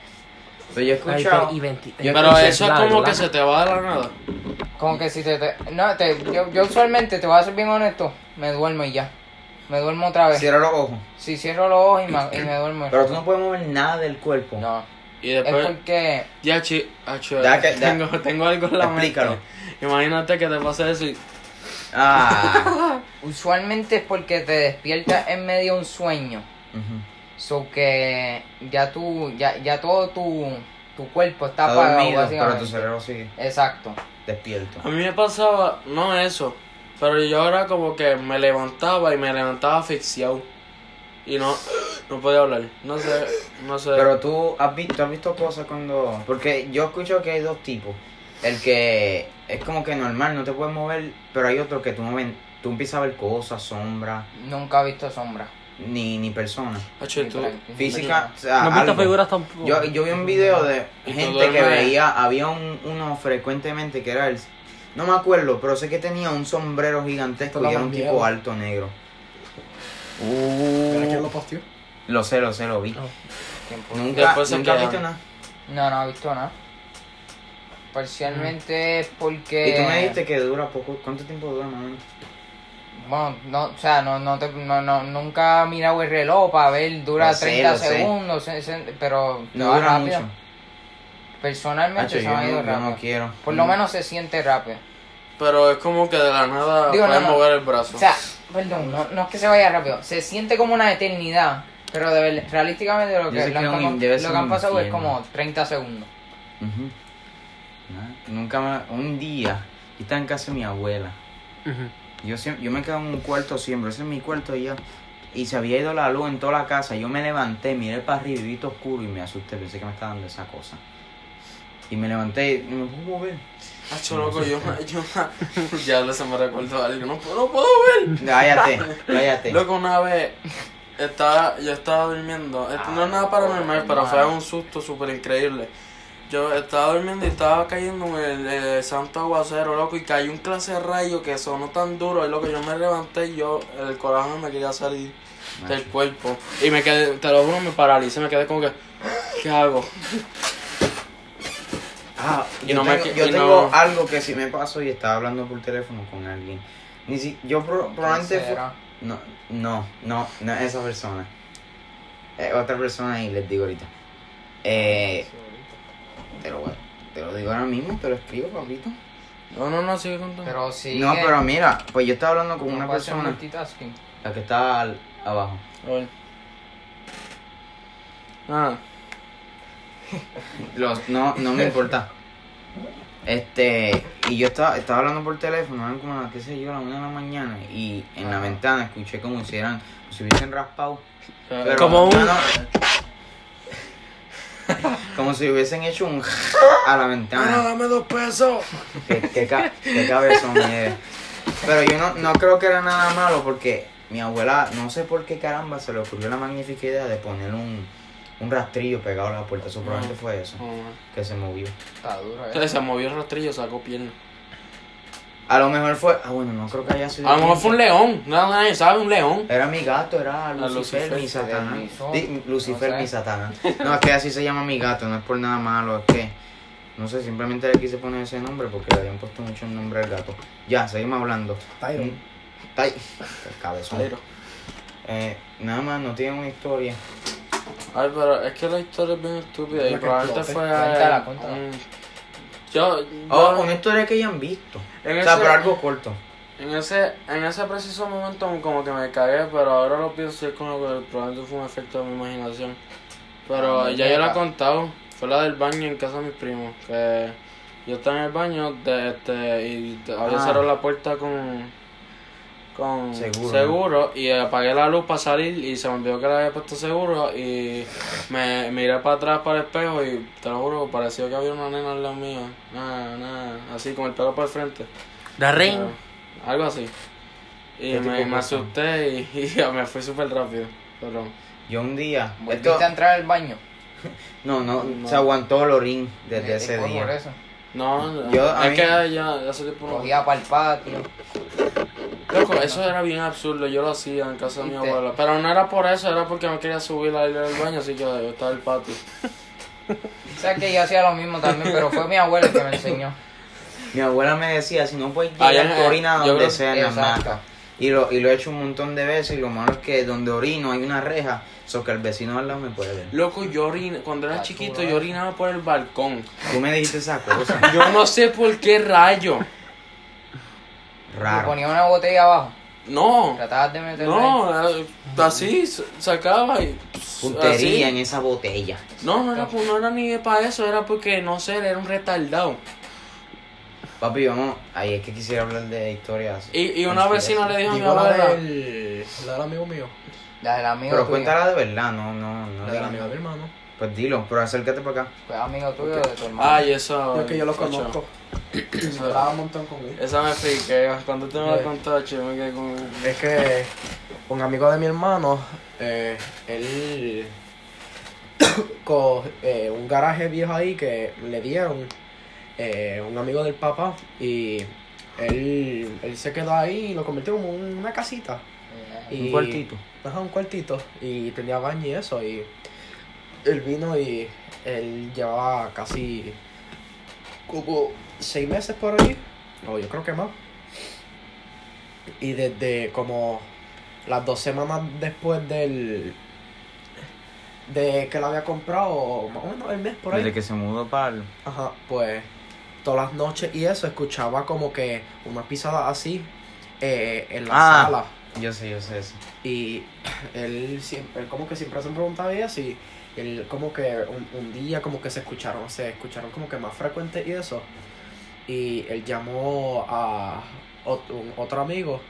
Pero yo he escuchado...
Ay, y 20.
yo
Pero
escuché
eso es como que se te va de la nada.
Como que si te... te- no, te, yo, yo usualmente, te voy a ser bien honesto, me duermo y ya. Me duermo otra vez.
Cierra los ojos.
Si cierro los ojos y me, y me duermo.
Pero tú no puedes mover nada del cuerpo.
No.
Y Y
Es
después.
porque.
Ya, chi, acho,
Da que- da-
tengo, tengo algo en la mente.
Explícalo.
Imagínate que te pase eso y.
Ah.
Usualmente es porque te despiertas en medio de un sueño.
Ujú.
So que ya tú, ya, ya todo tu, tu cuerpo está,
Está
apagado.
dormido, pero
básicamente.
tu cerebro sigue
Exacto.
despierto.
A mí me pasaba, no eso, pero yo ahora como que me levantaba y me levantaba asfixiado. Y no, no podía hablar. No sé, no sé.
Pero tú has visto, has visto cosas cuando... Porque yo escucho que hay dos tipos. El que es como que normal, no te puedes mover, pero hay otro que tú no ven, tú empiezas a ver cosas, sombras,
Nunca he visto sombra.
ni, ni personas.
Acho, y tú-
Física, o sea,
no he visto
Ah, algo.
figuras tampoco.
Yo, yo vi un video de
Y tú
gente que
duermes.
veía, había un, uno frecuentemente que era el... No me acuerdo, pero sé que tenía un sombrero gigantesco
Esto da
y era
más
un
miedo.
tipo alto negro. Uh.
¿Pero quién lo posteó?
Lo sé, lo sé, lo vi.
Tiempo.
Nunca,
Después se
nunca has
quedan.
visto nada.
No, no he visto nada. Parcialmente es porque.
Y tú me dijiste que dura poco. ¿Cuánto tiempo dura, mamá?
Bueno, no, o sea, no, no, te- no, no, nunca he mirado el reloj para ver, dura
Lo sé,
30
lo sé.
segundos, se- se- pero te
No
va
dura
rápido.
mucho.
Personalmente
Hacho,
se
yo,
me ha
no,
ido
yo no Mm.
rápido.
quiero.
Por lo menos se siente rápido.
Pero es como que de la nada
Digo,
puedes
no, no.
mover el brazo.
O sea, perdón, no, no es que se vaya rápido, se siente como una eternidad, pero de ver- realísticamente lo
Yo
que,
sé
lo,
que
que
es un-
han-
debe
lo
ser
que han
un
pasado es
infierno.
como 30 segundos.
Ujú. Nada, Nunca me- Un día, yo estaba en casa de mi abuela.
Ujú.
Yo, siem- yo me quedo en un cuarto siempre, ese es mi cuarto y ya. Y se había ido la luz en toda la casa. Yo me levanté, miré para arriba y vi todo oscuro y me asusté. Pensé que me estaba dando esa cosa. Y me levanté y no me puedo mover.
Acho, loco, yo, yo ya lo se me recuerdo algo. No, puedo- no puedo ver.
Cállate, cállate.
Loco, una vez estaba, yo estaba durmiendo. Esto no es nada paranormal, pero fue un susto súper increíble. Yo estaba durmiendo y estaba cayendo el, el santo aguacero, loco, y cayó un clase de rayo que sonó tan duro. Y loco, yo me levanté y yo, el corazón me quería salir
Ah,
del cuerpo. Y me quedé, te lo juro, me paralicé, me quedé como que, ¿qué hago?
Ah,
Y
yo,
no me
tengo,
que-
yo
y
tengo
no-
algo que si me pasó y estaba hablando por teléfono con alguien. Ni si, yo pro- probablemente fu-
Será.
No, no, no, no es esa persona. Es otra persona y les digo ahorita. Eh, te, lo, voy- te lo digo ahora mismo, te lo escribo, Pablito.
No, no, no, sigue contando.
Pero sí.
No,
que-
pero mira, pues yo estaba hablando con
no
una
puede ser
persona,
multitasking.
la que está al- abajo.
A ver. Ah,
Los- no, no me importa. Este, y yo estaba, estaba hablando por teléfono, eran como las, qué sé yo, las una de la mañana, y en la ventana escuché como hicieran, si hubiesen raspado. Pero,
como un.
no, no. como si hubiesen hecho un a la
Ah,
ventana.
dame dos
Pues
pesos.
Qué, qué, ca- qué cabezón eres. Pero yo no, no creo que era nada malo porque mi abuela, no sé por qué caramba, se le ocurrió la magnífica idea de poner un, un rastrillo pegado a la puerta. Eso probablemente fue eso, que se movió.
Está duro, eh.
Entonces se movió el rastrillo, sacó pierna.
A lo mejor fue. Ah, bueno, no creo que haya sido.
A lo mejor fue un león, nada, nadie sabe, un león.
Era mi gato, era Lucifer,
Lucifer,
mi Satanás.
Dioniso,
Di- Lucifer,
no sé.
mi Satanás. No, es que así se llama mi gato, no es por nada malo, es que. No sé, simplemente le quise poner ese nombre porque le habían puesto mucho el nombre al gato. Ya, seguimos hablando.
Tyron.
Ay, cabezón.
Pero-
Eh, nada más, no tiene una historia.
Ay, pero es que la historia es bien estúpida
Una
y
que
probablemente
explote.
fue.
Cuéntala,
eh,
cuéntala.
un- Yo.
Oh,
yo-
una historia que hayan visto.
en,
O sea,
ese,
pero algo corto.
en, ese, en ese preciso momento como que me cagué, pero ahora lo pienso y es como que probablemente fue un efecto de mi imaginación. Pero
Ah,
ya yo la he
mierda.
contado. Fue la del baño en casa de mis primos. Que yo estaba en el baño de, este, y te- había
Ah.
cerrado la puerta con. con
Seguro.
seguro, y apagué la luz para salir y se me olvidó que le había puesto seguro y me miré para atrás para el espejo y te lo juro parecía que había una nena al lado mío nada nada así con el pelo para el frente
La
Pero, algo así y
¿Qué tipo
me,
de
me
cosa?
asusté y, y me fui súper rápido pero
Yo un día.
¿Volviste
Esto,
a entrar al baño?
no, no,
No.
se aguantó Lorín
Ni
desde
te
ese
por Por
día.
eso.
no
Yo, a
es
mí-
que ya hace tiempo no
Cogía para el patio.
Loco, eso era bien absurdo, yo lo hacía en casa de mi
¿Viste?
abuela. Pero no era por eso, era porque no quería subir la aire del baño, así que yo estaba en el patio.
Sabes que yo hacía lo mismo también, pero fue mi abuelo que me enseñó.
Mi abuela me decía: si no puedes
Allá
llegar,
Ah,
en-
orina
yo
donde
creo-
sea, en las
Exacto.
matas. Y lo, y lo he hecho un montón de veces y lo malo es que donde orino hay una reja, so que el vecino al lado me puede ver.
Loco, yo orina, cuando era chiquito yo orinaba por el balcón.
Tú me dijiste esa cosa.
Yo no sé por qué rayo.
Le
Raro.
ponía una botella abajo.
No,
Tratabas de meterla. ahí.
no, eh, así s- sacaba y. pss, así.
Puntería en esa botella.
No, no era, no era ni para eso, era porque no sé, era un retardado.
Papi, vamos. Ahí es que quisiera hablar de historias.
Y, y una vecina le dijo a mi
Digo la
abuela.
del, la del amigo mío.
La del amigo
Pero
tuyo.
cuéntala de verdad, no, no, no.
La del
digas-
amigo de mi hermano.
Pues dilo, pero acércate para acá.
Fue amigo tuyo de tu hermano.
Ay, eso.
Yo es que yo lo
cocho.
conozco. Yo hablaba un montón con él.
Esa me friquea. Cuando tú me la
Eh.
contaste, yo me quedé con.
Es que un amigo de mi hermano, eh, él co- eh, un garaje viejo ahí que le dieron eh, un amigo del papá y él, él se quedó ahí y lo convirtió como en una casita. Y,
Eh,
Un cuartito.
Ajá, un cuartito. Y tenía baño y eso. Y él vino y él llevaba casi como seis meses por ahí. O yo creo que más. Y desde como las dos semanas después del. de que la había comprado, más o menos el mes por ahí.
Desde que se mudó para el...
Ajá, pues todas las noches y eso escuchaba como que unas pisadas así eh, en la
Ah.
sala.
Yo sé, yo sé eso.
Y él, siempre, él como que siempre se preguntaba y eso, y él como que un, un día como que se escucharon, se escucharon como que más frecuente y eso. Y él llamó a ot- un- otro amigo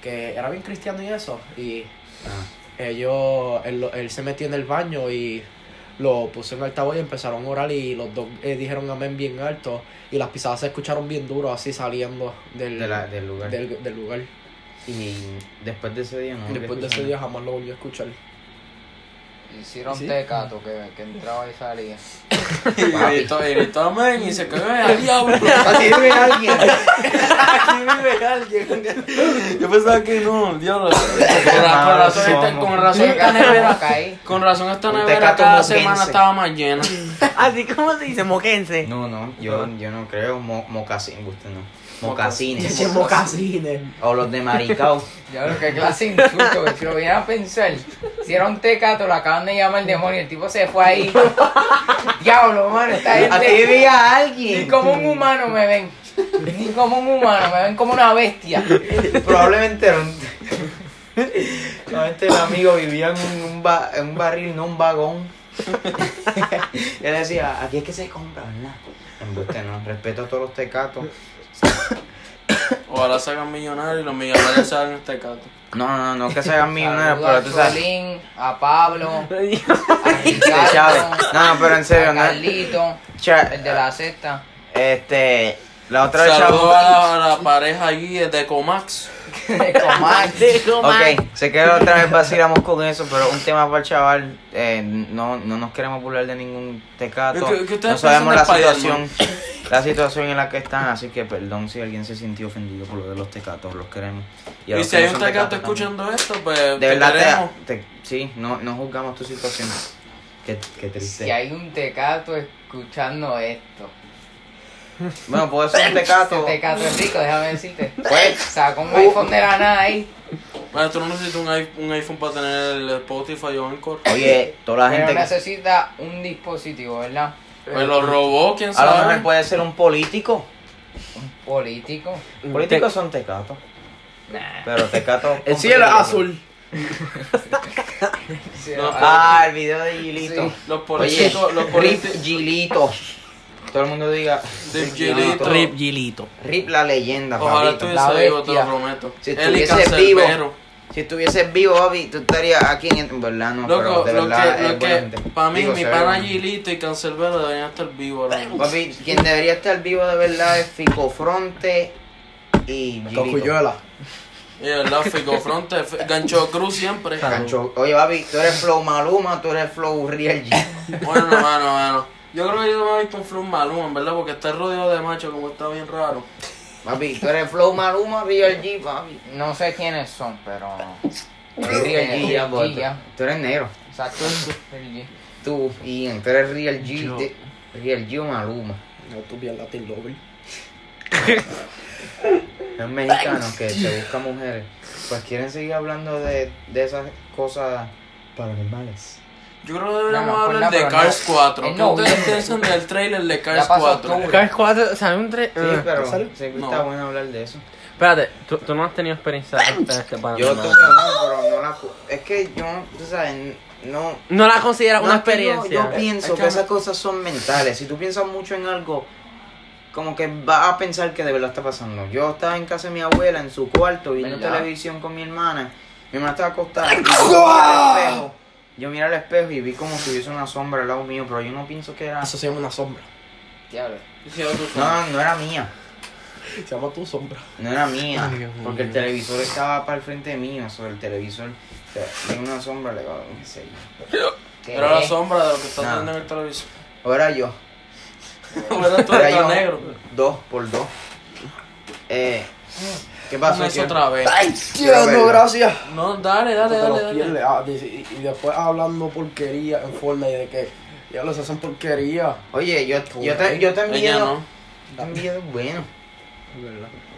que era bien cristiano y eso. Y
Ah,
ellos, él, lo- él se metió en el baño y lo puso en altavoz y empezaron a orar y los dos eh, dijeron amén bien alto. Y las pisadas se escucharon bien duro así saliendo del,
de la- del lugar. Ah,
del- del lugar.
Y después de ese día, ¿no?
Después de ese día jamás lo volví a escuchar.
Hicieron
¿Sí?
tecato que, que entraba y salía.
Y gritó, y gritó, amén, y se cagó al diablo.
Así vive alguien.
Aquí vive alguien. Yo pensaba que no, diablo. Con ra- con razón, esta- con razón esta nevera.
Caí.
Con razón esta
Un
nevera
tecato
cada
moquense.
semana estaba más llena.
Así como se dice, moquense.
No, no, yo, yo no creo. Mo, mocasín, usted no. Mocasines.
Ese mocasines.
O los de Maricao.
Ya lo que clase de insulto, que si lo vinieran a pensar. Hicieron tecato, lo acaban de llamar el demonio, el tipo se fue ahí. Diablo, mano, esta
Así
gente.
vivía
Ni
alguien.
como un humano me ven. Ni como un humano, me ven como una bestia.
Probablemente era un... Probablemente el amigo vivía en un, ba- en un barril, no un vagón. Él decía, aquí es que se compra, ¿verdad? Embuste, no. Respeto a todos los tecatos.
Ojalá salgan millonarios y los millonarios salgan este cato.
No, no, no, no que se hagan millonarios,
Saludo
pero
a
tú sabes.
Solín, a Pablo, a
De Chávez.
Ricardo,
No, no, pero en serio,
a
no.
Carlito,
Cha-
el de la cesta.
Este, la otra vez
Saludó
Chavo.
a la, a la pareja ahí de Comax.
de Comar.
Ok, sé que la otra vez vacilamos con eso, pero un tema para el chaval. eh, no, no nos queremos burlar de ningún tecato.
¿Qué- qué ustedes
No sabemos la
piensan de Spider-Man?
situación, la situación en la que están, así que perdón si alguien se sintió ofendido por lo de los tecatos, los queremos. a
Y
los
si
que
hay
no
un
son
tecato
tecatos también.
escuchando esto, pues
De
te
verdad,
queremos.
te, te- sí, no, no juzgamos tu situación. Qué, qué triste.
Si hay un tecato escuchando esto.
Bueno, puede ser un
Ese
tecato.
tecato es rico, déjame decirte.
Oh. Pues.
Sacó un iPhone de la nada ahí.
Bueno, tú no necesitas un, i- un iPhone para tener el Spotify o Anchor.
Oye, toda la
Pero
gente. que-
necesita un dispositivo, ¿verdad?
Pues lo robó, quién
A lo
sabe.
¿eh?
mejor puede ser un político.
Político.
Políticos son tecatos. Pero tecato.
El cielo es azul.
Sí,
No,
ah,
Ah, el video de Gilito.
Sí.
Los
Oye,
políticos, los
Rip
políticos.
Gilito. Todo el mundo diga
Rip Gilito.
Rip Gilito.
Rip la leyenda,
Ojalá
papito.
estuviese vivo, te lo
bestia.
prometo.
Si
Él y
estuviese vivo.
Cancerbero.
Si estuvieses vivo, papi, tú estarías aquí en. En verdad, no, pero
Loco,
de
lo
verdad.
que,
es
lo
buena
que,
gente.
para mí,
Digo,
mi
se ve
pana
bueno.
Gilito y Cancerbero deberían estar vivos ahora mismo.
Papi, quien debería estar vivo de verdad es Ficofronte y Gilito.
Cocuyuela.
Y el lado Figo Fronte, F- Gancho Cruz siempre.
Cancho. Oye, papi, tú eres Flow Maluma, tú eres Flow Real G.
Bueno, mano, mano. Yo creo que yo me voy con Flum Maluma, en verdad, porque está rodeado de machos, como está bien raro.
Papi, tú eres Flow Maluma, Real G, papi.
no sé quiénes son, pero.
Real G, ya,
Real
papi.
G, ya.
Tú eres negro.
Exacto. Real G.
Tú, Ian, tú eres Real G. de- Real G o Maluma.
No, tú bien Latin Lover.
Es mexicano que se busca mujeres. Pues quieren seguir hablando de, de esas cosas paranormales.
Yo creo que deberíamos
No, no,
hablar
ponla,
de
pero
Cars
no.
Eh,
4.
En
¿Qué ustedes
noviembre.
piensan del trailer de Cars
pasó
4?
octubre.
Cars 4, ¿sabes un tre-
Sí,
eh,
pero
¿sale?
siempre
No.
está bueno hablar de eso.
Espérate, ¿tú, tú no has tenido experiencia en este pan.
Yo tuve una, pero no la... cu- Es que yo, tú sabes, no...
No la consideras
no
una
es que yo-
experiencia.
Yo, pienso que, esas cosas son mentales. Si tú piensas mucho en algo, como que vas a pensar que de verdad está pasando. Yo estaba en casa de mi abuela, en su cuarto, viendo
¿Verdad?
televisión con mi hermana. Mi hermana estaba acostada. y yo, miré al espejo, yo miré al espejo y vi como si hubiese una sombra al lado mío, pero yo no pienso que era...
Ah, Eso se llama una sombra.
Diablo.
No, no era mía.
Se llama tu sombra.
No era mía,
Ay, Dios
porque el
mío.
televisor estaba para el frente mío, sobre el televisor, o sea, tenía una sombra, le va qué sé yo.
¿Qué?
Era la sombra de lo que está
Nah.
haciendo en el televisor.
Ahora yo,
Era todo
ahora
está
yo,
negro.
dos por dos. Eh, ¿qué pasó?
Hazme eso
Kiel?
otra vez.
Quiero verlo.
gracias.
No, dale,
Te
dale,
los
dale. dale.
pierdes. Ah, dice- y, y después hablando porquería en forma de que ya los hacen porquería.
Oye, yo, yo te, yo te envío,
Ella no.
te envío, bueno.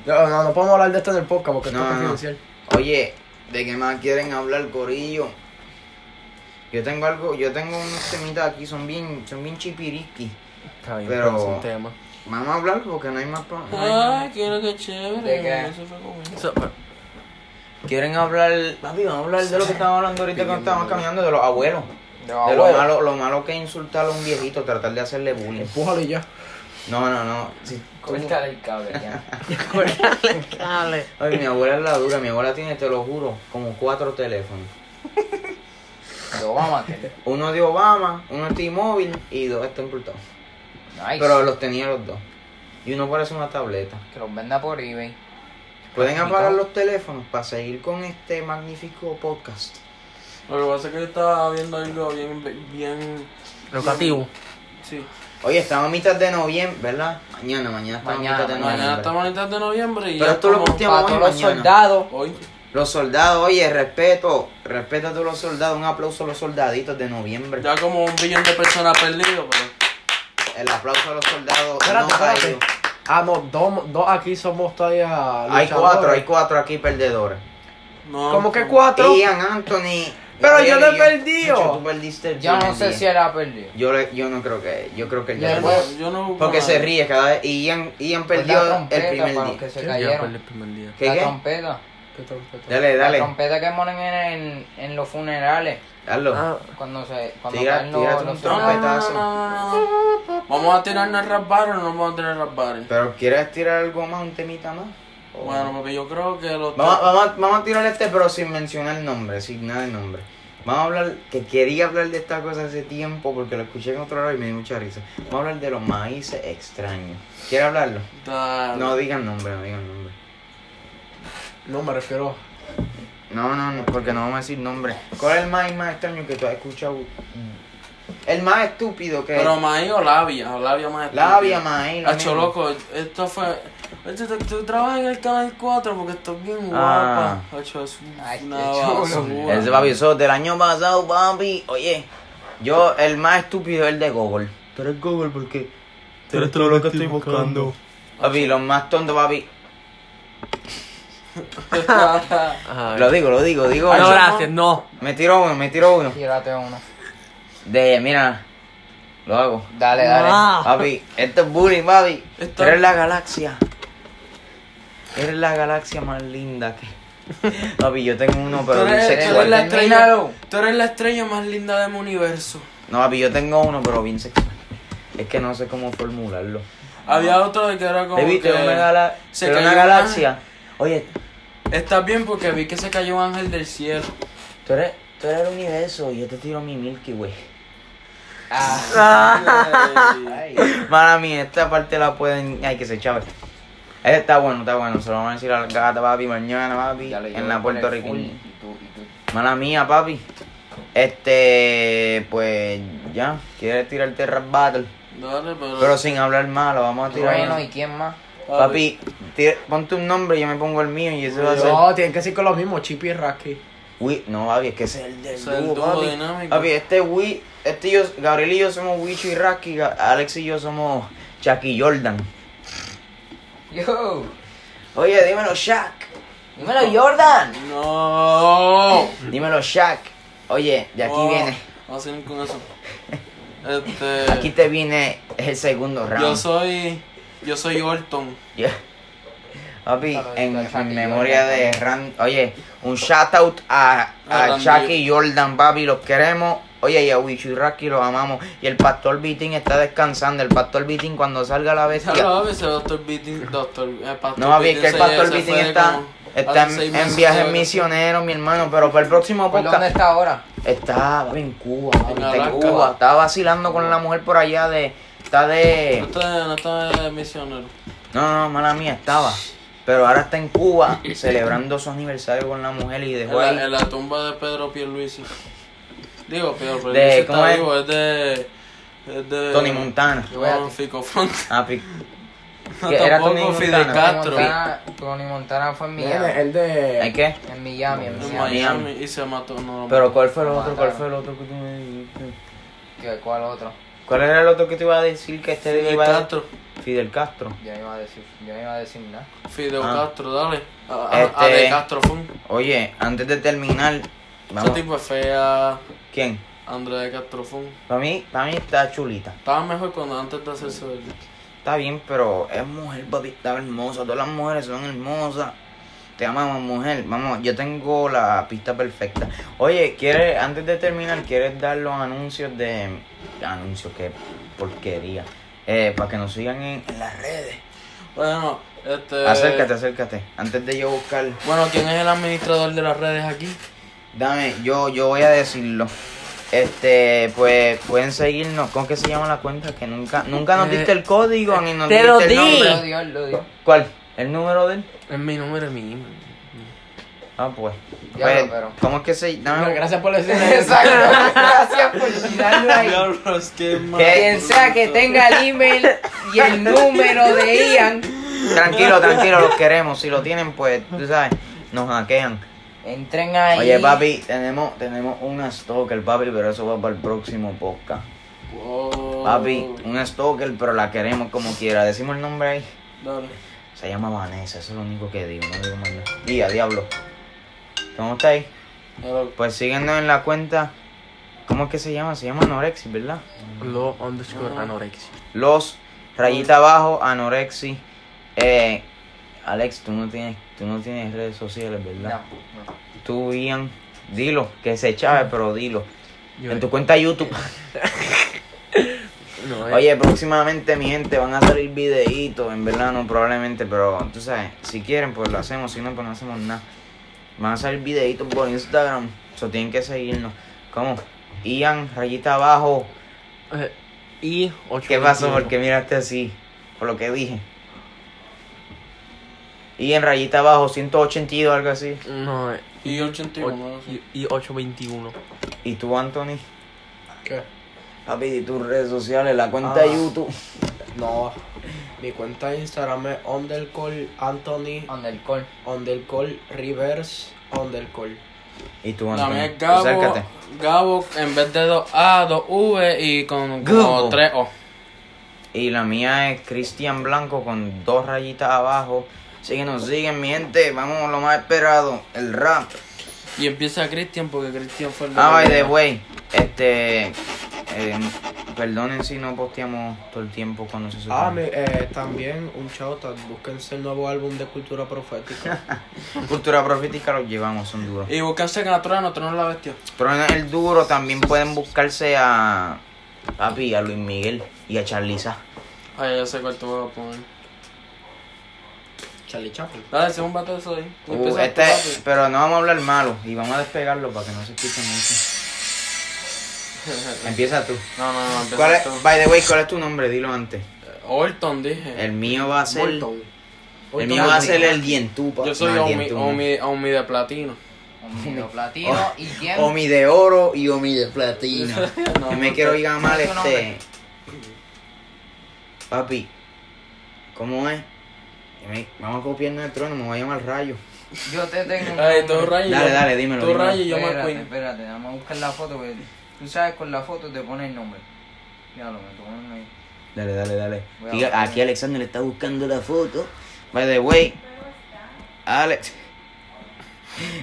No, no, no podemos hablar de esto en el podcast porque
No,
esto
no.
es confidencial.
Oye, ¿de qué más quieren hablar, corillo? Yo tengo algo, yo tengo unos temitas aquí, son bien, son bien chipirisqui.
Está bien,
Pero-
pero es un tema.
Vamos a hablar porque no hay más... pro- no hay-
Ay, quiero que
¿De qué?
chévere. Eso fue como-
Eso-
Quieren hablar, papi, vamos a hablar de lo que estamos hablando ahorita cuando estábamos caminando, de los abuelos.
No,
de lo
bueno.
malo, lo malo que es insultar a un viejito, tratar de hacerle bullying.
Empújalo y ya.
No, no, no. sí.
Córtale el cable ya.
Dale.
Ay, mi abuela es la dura, mi abuela tiene, te lo juro, como cuatro teléfonos.
Lo vamos a matar.
Uno de Obama, uno de T-Mobile y dos están importados.
Nice.
Pero los tenía los dos. Y uno parece una tableta.
Que los venda por eBay.
Pueden apagar los teléfonos para seguir con este magnífico podcast.
Lo que pasa es que yo estaba viendo algo bien. bien
Educativo.
sí.
Oye, estamos a mitad de noviembre, ¿verdad? Mañana, mañana estamos
Mañana,
a mitad de noviembre.
Mañana estamos a mitad de noviembre y
Pero
ya
esto lo
estamos-
posteamos
Para todos
hoy
los
mañana.
soldados.
hoy.
Los soldados, oye, respeto, respeto a todos los soldados, un aplauso a los soldaditos de noviembre.
Ya como un billón de personas perdido, pero.
El aplauso a los soldados.
Espérate,
no
espérate.
caídos.
Ah, no, dos, dos aquí somos todavía.
Hay
luchadores.
cuatro, hay cuatro aquí perdedores.
No.
¿Cómo que cuatro?
Ian, Anthony.
Pero yo no he
Gabriel y
perdido.
Mucho, tú perdiste el
Yo no
primer
sé
día.
si era perdido.
Yo, le- yo no creo que. Yo creo que él ya
Yo
perdió.
no- yo no.
Porque se
nada.
ríe cada vez. Ian, Ian
Fue
perdió
la trompeta
el primer
para los
día.
que se
Yo perdí
cayeron.
el primer día.
¿Qué,
la
qué?
trompeta.
Qué trompeta.
Dale,
La
dale.
trompeta que ponen en, en, en los funerales.
Hazlo.
Ah,
Cuando se. Cuando
Tira-
caen los,
tírate un
los
No, no,
funerales.
no,
Trompetazo.
no, no, no, no. ¿Vamos a tirarnos rap battle o no vamos a tirar rap battle?
Pero ¿quieres tirar algo más? ¿Un temita más? O-
Bueno, porque yo creo que los.
Vamos, vamos, a- vamos a tirar este, pero sin mencionar el nombre, sin nada de nombre. Vamos a hablar, que quería hablar de esta cosa hace tiempo porque lo escuché en otro lado y me dio mucha risa. Vamos a hablar de los maíces extraños. ¿Quiere hablarlo?
Dale.
No digan nombre, no digan nombre.
No, me refiero.
No, no, no, porque no vamos a decir nombre. ¿Cuál es el maíz más extraño que tú has escuchado? El más estúpido que
Pero maíz o labia, o labia más estúpida.
Labia, maíz, lo
Hacho
mismo.
loco, esto fue. Esto, tú, tú trabajas en el canal 4 porque estás bien
Ah.
guapa. Hacho, es un-
Ay, qué
una
chulo.
basura.
Ese papi, eso del año pasado, papi. Oye, yo, el más estúpido es el de Google. Tú eres Google porque tú eres todo lo que estoy buscando. Papi, los más tontos, papi.
ajá.
Lo digo, lo digo, digo.
Ah,
no, gracias, no.
Me tiro uno, me tiro uno.
Tírate uno.
De, mira, lo hago.
Dale, dale.
Ah.
Papi, esto es bullying, papi.
Esto-
Eres la galaxia. Eres la galaxia más linda que. Papi, yo tengo uno,
Tú
pero bien
eres, tú eres
sexual.
la estrella,
Termínalo.
tú eres la estrella más linda de mi universo.
No, papi, yo tengo uno, pero bien sexual. Es que no sé cómo formularlo.
Había otro de que era como
Baby,
que...
te veo una, gala-
se
te veo una
cayó
galaxia. Oye,
Estás bien porque vi que se cayó un ángel del cielo.
tú eres, tú eres el universo y yo te tiro mi Milky Way.
Ay.
Mala mía, esta parte la pueden... Ay, que se chave. Ese está bueno, está bueno. Se lo vamos a decir a la gata, papi, mañana, papi.
Ya lo llevo
en la
por el
Puerto
full
Rico.
y tú- y tú.
Mala mía, papi. Este, pues ya, quieres tirarte rap battle,
Dale, pero...
pero sin hablar malo, vamos a tirar.
Bueno, ¿y quién más?
Papi, tira- ponte un nombre, yo me pongo el mío y eso va a ser.
No, tienen que decir con lo mismo, Chip y Rasky.
Wi- no, papi, es que ese es el del
Es el
dúo,
dúo
papi.
dinámico.
Papi, este Wi, este y yo, Gabriel y yo somos Wicho y Rasky, Ga- Alex y yo somos Chuck y Jordan.
Yo.
Oye, dímelo, Shaq. Dímelo, Jordan.
No.
Dímelo, Shaq. Oye, de aquí
Oh,
viene.
Vamos a seguir con eso. Este.
Aquí te viene el segundo round.
yo soy. Yo soy Orton.
Yeah. Papi, en, en memoria de Ran. Oye, un shout out a,
A
a
Randy.
Chucky Jordan, papi, los queremos. Oye, y a Wichu y Raki los amamos. Y el pastor Beating está descansando. El pastor Beating cuando salga la bestia.
Ya lo ese Doctor Beating. Doctor. El pastor
No, papi, es que el
se-
pastor
se fue
Beating
de
está,
como
está
hace seis
en,
meses,
en viaje
creo que-
misionero, mi hermano. Pero para el próximo
¿Por pues, dónde
podcast.
está ahora?
Está papi, en Cuba, papi,
En
está en
Alaska.
Cuba. Está vacilando con la mujer por allá de. Está de.
No está, no está de misionero.
No, no, mala mía, estaba. Pero ahora está en Cuba celebrando su aniversario con la mujer y
En
dejó
la,
ahí.
en la tumba de Pedro Pierluisi. Digo, Pedro Pierluisi
De-
está
¿cómo es?
vivo, es de... Es de...
Tony Montana.
No, Fico Font.
Ah, pi-
No,
que era Tony
tampoco Fidel
Montana.
Castro.
Montana, Tony Montana fue en
Nene,
Miami.
el de.
¿Hay qué?
En Miami, en
En
Miami.
Miami y se mató. No, lo
Pero ¿cuál fue el otro? ¿Cuál fue el otro que tú me dijiste?
¿Qué- ¿Cuál otro?
¿Cuál era el otro que te iba a decir que este
Fidel
iba a-
Castro.
Fidel Castro.
Yo no iba a decir, yo no iba a decir nada.
Fidel
Ah.
Castro, dale. A, a- a
Este-
de Castro Font.
Oye, antes de terminar,
Ese
vamos.
tipo es fea.
¿Quién?
Andrea de Castro Font.
Para mí, para mí está chulita.
Estaba mejor cuando antes de hacerse el...
Está bien, pero es mujer, papi, está hermosa. Todas las mujeres son hermosas. Te amamos, mujer. Vamos, yo tengo la pista perfecta. Oye, ¿quieres, antes de terminar, ¿quieres dar los anuncios de. Anuncios, qué porquería. Eh, para que nos sigan en, en las redes.
Bueno, este...
Acércate, acércate. Antes de yo buscar.
Bueno, ¿quién es el administrador de las redes aquí?
Dame, yo, yo voy a decirlo. Este, pues pueden seguirnos. ¿Cómo que se llama la cuenta? Que nunca, nunca nos
Eh,
diste el código ni nos
te
diste
lo
el
di.
Lo
nombre.
dio, lo dio.
¿Cuál? ¿El número de él?
Es mi número, es mi email.
Ah, pues.
Ya
Pues,
lo, pero-
¿Cómo es que se
No,
dame-
gracias por decir
Exacto. Gracias por cuidarlo ahí.
Diablos, qué mal.
Quien sea que tenga el email y el número de Ian,
Tranquilo, tranquilo, los queremos. Si lo tienen, pues, tú sabes, nos hackean.
entren ahí.
Oye, papi, tenemos, tenemos una stalker, papi, pero eso va para el próximo podcast.
Wow.
Papi,
Oh.
una stalker, pero la queremos como quiera. Decimos el nombre ahí.
Dale.
Se llama Vanessa, eso es lo único que digo, no digo más nada. Y a diablo. ¿Cómo está ahí?
Dale.
Pues síguenos en la cuenta. ¿Cómo es que se llama? Se llama Anorexi, ¿verdad?
Lo underscore anorexia.
Los, rayita abajo, Anorexi. Eh, Alex, tú no tienes, tú no tienes redes sociales,
No,
¿verdad?
no.
Tú, Ian, dilo, que se chave, pero dilo.
Yo-
en tu cuenta de YouTube.
No, eh, es-
Oye, próximamente, mi gente, van a salir videitos, en verdad no, probablemente, pero tú sabes, si quieren, pues lo hacemos, si no, pues no hacemos nada. Van a salir videitos por Instagram, eso tienen que seguirnos. ¿Cómo? Ian, rayita abajo.
eh, y 8.
¿Qué pasó? ¿Por qué miraste así? Por lo que dije. Ian, rayita abajo, 182, algo así.
No, es-
Y 81.
y, y 821.
¿Y tú, Anthony?
¿Qué?
Papi, ¿y tus redes sociales? La cuenta de
Ah.
YouTube.
No. Mi cuenta de Instagram es undercore Anthony
Undercore.
undercore reverse undercore.
¿Y tú, Anthony?
También es Gabo.
Acércate.
Gabo en vez de 2A, 2V y con
Gabo.
3O.
Y la mía es Cristian Blanco con dos rayitas abajo. Síguenos, siguen, mi gente. Vamos a lo más esperado, el rap.
Y empieza Cristian porque Cristian fue el
Ah, by the
la-
way, este. eh, perdonen si no posteamos todo el tiempo cuando se supone.
Ah, mi- eh, también un shout out. Búsquense el nuevo álbum de cultura profética.
Cultura profética los llevamos, son duros.
Y buscarse en Atrano, Atrano es la bestia.
Pero en el duro también pueden buscarse a. Papi, a Luis Miguel y a Charliza.
Ay, ya sé cuál te voy a poner.
Charlie Chaplin.
Dale, hacemos un bate eso ahí.
Uh,
Empieza
este,
tú, papi.
pero no vamos a hablar malo y vamos a despegarlo para que no se escuche mucho. Empieza tú.
No, no, no, empieza
¿Cuál es- Eh,
tú.
by the way, ¿cuál es tu nombre? Dilo antes.
Orton, dije.
El mío va a ser.
Bolton.
El
Bolton
mío va a
Henry.
ser el dientupa.
Yo soy Omi, Omi, Omi de platino.
Omnido platino. ¿Y quién?
Omi de oro y Omi de platino.
No,
Yo me
no,
quiero
no.
llamar
¿Cuál es tu
este. Papi, ¿cómo es? Yo me- Vamos a copiarnos el trono, me voy a llamar Rayo.
Yo te tengo un
Ay,
nombre.
tú rayo.
Dale, dale, dímelo,
Tú
dímelo.
rayo y yo me
Espérate,
Queen.
espérate, vamos a buscar la foto, porque tú sabes con la foto te pone el nombre. Ya lo me ponen ahí.
Dale, dale, dale.
Voy a
Diga,
buscar.
aquí Alexander está buscando la foto. By the way, Alex.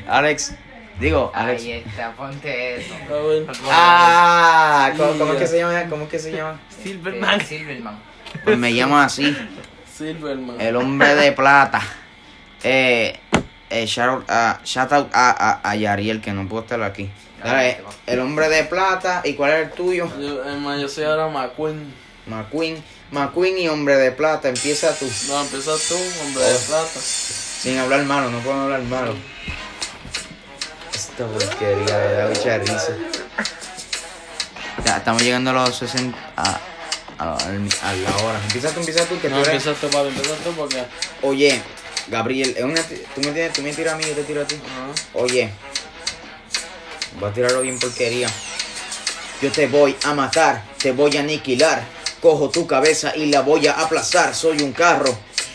Alex, digo, Alex.
Ahí está, ponte eso.
A ver.
Ah, ¿cómo, cómo es que se llama? ¿Cómo es que se llama?
Silverman. Este, Silverman.
Pues me llamo así,
Silverman.
el hombre de plata. Eh, eh, shout out a, shout out a, a, a Yariel, que no pudo estar aquí. Dale, el hombre de plata, ¿y cuál es el tuyo?
Yo, hermano, yo soy ahora McQueen.
McQueen. McQueen y hombre de plata, empieza tú.
No, empieza tú, hombre
Oh.
de plata.
Sin hablar malo, no puedo hablar malo. Esta porquería me da mucha risa. Ya, estamos llegando a los 60. A, a- al- a la hora. Empieza tú, empieza tú, que
No,
tú eres-
empieza tú, papi, empieza tú porque.
Oye, Gabriel, es una ti- tú, me tienes, tú me tiras a mí, yo te tiro a ti.
Ajá.
Oye, voy a tirarlo bien porquería. Yo te voy a matar, te voy a aniquilar. Cojo tu cabeza y la voy a aplazar. Soy un carro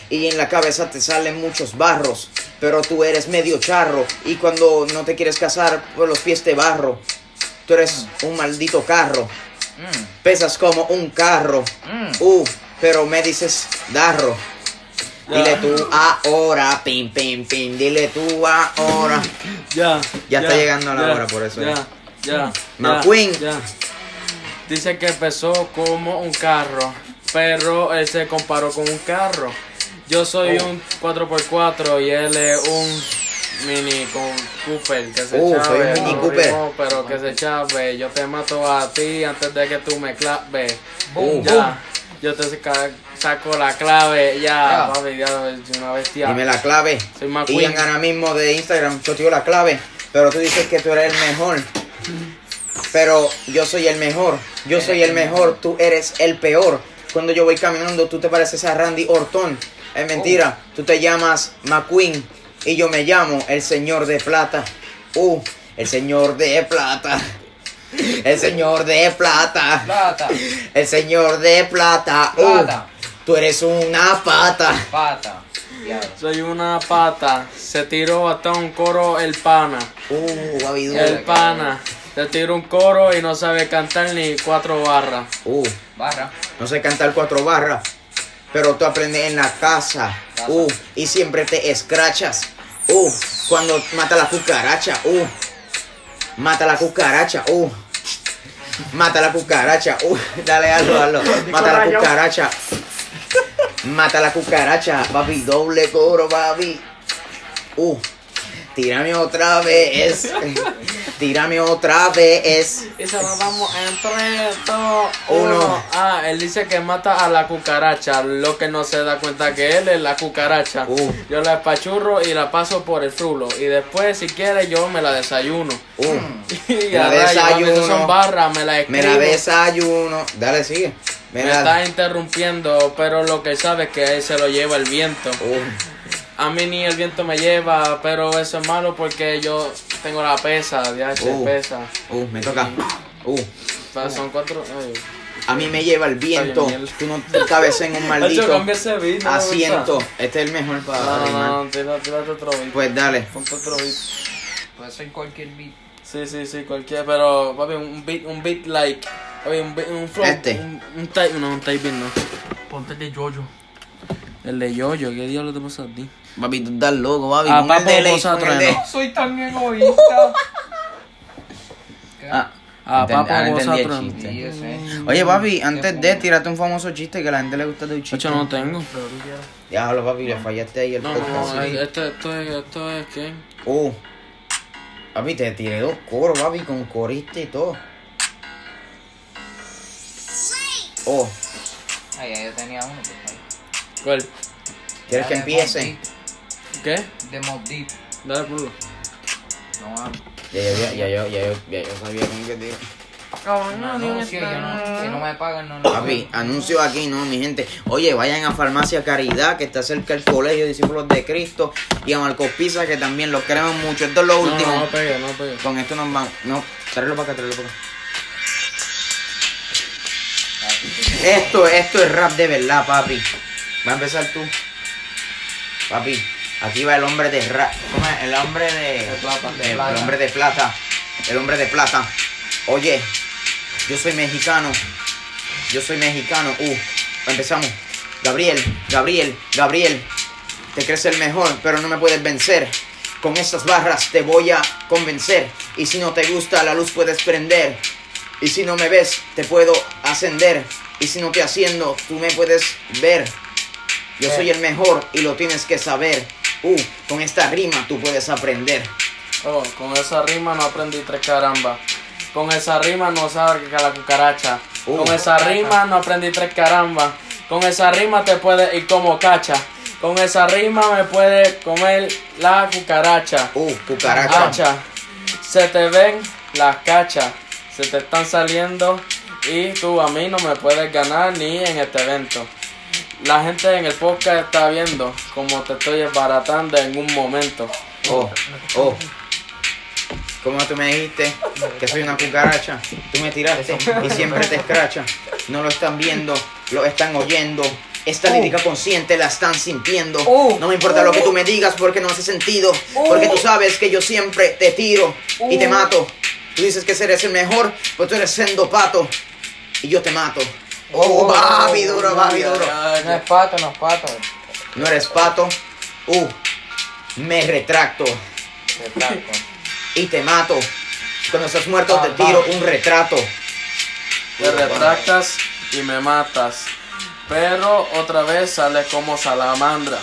y en la cabeza te salen muchos barros. Pero tú eres medio charro y cuando no te quieres casar, por los pies te barro. Tú eres un maldito carro,
Mm,
pesas como un carro.
mm.
Uh, pero me dices darro. Dile
Ya.
tú ahora, pim, pim, pim, dile tú ahora.
Ya.
Ya está llegando la hora, por eso. eh.
Ya, ya.
McQueen.
Ya, ya. Dice que empezó como un carro, pero él se comparó con un carro. Yo soy
Oh.
un 4x4 y él es un mini con Cooper que se
Uh,
chave,
soy un Mini
nos
Cooper.
rimó, pero que se chave. Yo te mato a ti antes de que tú me claves.
Oh.
Uh,
ya. Yo te saca- saco la clave. Ya,
Ya.
papi, ya, soy una bestia.
Dime la clave.
Soy McQueen.
Ian ahora mismo de Instagram, yo te digo la clave. Pero tú dices que tú eres el mejor. Pero yo soy el mejor. Yo soy el mejor. Tú eres el peor. Cuando yo voy caminando, tú te pareces a Randy Orton. Es mentira.
Oh.
Tú te llamas McQueen. Y yo me llamo el señor de plata. Uh, el señor de plata. El señor de plata.
Plata,
El señor de plata. Uh,
Plata.
tú eres una pata.
pata. Diablo.
Soy una pata, se tiró hasta un coro el pana,
Uh, ha habido.
el pana, se tiró un coro y no sabe cantar ni cuatro barras.
Uh,
Barra.
no sé cantar cuatro barras. Pero tú aprendes en la casa. Uh, y siempre te escrachas. Uh, cuando mata la cucaracha. Uh, mata la cucaracha. Uh, mata la cucaracha. Uh, dale algo, hazlo. Mata la cucaracha. Mata la cucaracha, papi. Doble coro, papi. Uh, tírame otra vez. Tírame otra vez.
Y se la damos en tres, dos,
Uno.
uno. Ah, él dice que mata a la cucaracha, lo que no se da cuenta que él es la cucaracha.
Uh.
Yo la espachurro y la paso por el frulo. Y después, si quiere, yo me la desayuno.
Uh.
Y
Me la
a rayos, papi, esas
desayuno.
son barras, me la
Me
escribo.
la desayuno. Dale, sigue. Me
Me
la-
está interrumpiendo, pero lo que sabe es que a él se lo lleva el viento.
Uh,
A mí ni el viento me lleva, pero eso es malo porque yo tengo la pesa, de
Uh.
pesa.
uh, me toca. Uh,
Pero son cuatro. ay,
a mí me lleva el viento.
Está bien, mierda.
Tú no te cabes en
Nacho,
un maldito
cambia ese beat, no me gusta.
asiento. Este es el mejor para
No,
rimar.
Ah, no, no, tira- tírate otro beat.
Pues dale.
Ponte otro beat.
Puede ser cualquier beat.
Sí, sí, sí, cualquiera, pero papi, un beat, un beat like. Oye, un, beat- un flow.
Este.
Un, un type, no, un type beat, no.
Ponte el de Jojo.
El de Yoyo, ¿qué diablo te pasa a ti?
Papi, tú estás loco, papi.
Ah,
Pon el
papo,
delay,
cosa
pon el delay.
trueno.
Soy tan egoísta.
Ah,
Ah,
entend-
papo,
ahora entendí
cosa
el
Sí,
chiste.
yo sé.
Oye, papi, antes de tirarte un famoso chiste que a la gente le gusta tu chiste.
Nacho, no tengo.
Diablo, papi, le fallaste ahí el
No, no,
podcast.
no, esto, esto es, esto este es, ¿qué?
Uh, papi, te tiré dos coros, papi, con corista y todo. Oh,
Ay, ya yo tenía uno. pues, ay.
¿Cuál?
¿quieres que
Dale,
empiece?
Mobb
¿Qué?
Deep, De Mobb Deep.
Dale, pulo.
No, ah,
Ya yo, ya, yo, ya, yo, ya yo sabía con qué te iba.
un anuncio, yo no, si no me pagan, no, no.
Papi, anuncio aquí, ¿no, mi gente? Oye, vayan a Farmacia Caridad, que está cerca del Colegio de Discípulos de Cristo, y a Marcos Pisa, que también los queremos mucho. Esto es lo
No,
último.
no, no pegue, no pegue.
Con esto nos vamos. No, tráelo para acá, tráelo para acá. Esto, esto es rap de verdad, papi. Va a empezar tú. Papi, aquí va el hombre de rap. ¿Cómo es? El hombre de.
plata.
de- El hombre de plata. El hombre de plata. Oye, yo soy mexicano. Yo soy mexicano. Uh, empezamos. Gabriel, Gabriel, Gabriel. Te crees el mejor, pero no me puedes vencer. Con estas barras te voy a convencer. Y si no te gusta, la luz puedes prender. Y si no me ves, te puedo ascender. Y si no te haciendo, tú me puedes ver. Yo soy el mejor y lo tienes que saber. Uh, con esta rima tú puedes aprender.
Oh, con esa rima no aprendí tres caramba. Con esa rima no sabe que la cucaracha.
Uh.
Con esa rima no aprendí tres caramba. Con esa rima te puedes ir como cacha. Con esa rima me puede comer la cucaracha.
Uh, cucaracha.
Hacha. Se te ven las cachas. Se te están saliendo. Y tú a mí no me puedes ganar ni en este evento. La gente en el podcast está viendo como te estoy esbaratando en un momento.
Oh, oh. Como tú me dijiste que soy una cucaracha, tú me tiraste y siempre te escracha. No lo están viendo, lo están oyendo. Esta lírica consciente la están sintiendo. No me importa lo que tú me digas porque no hace sentido. Porque tú sabes que yo siempre te tiro y te mato. Tú dices que eres el mejor, pues tú eres sendo pato y yo te mato. Oh, papi duro, papi duro.
No es pato, no es pato.
No eres pato. Uh, me retracto
Retracto.
y te mato. Cuando estás muerto te tiro un retrato.
Te retractas y me matas. Pero otra vez sales como salamandra.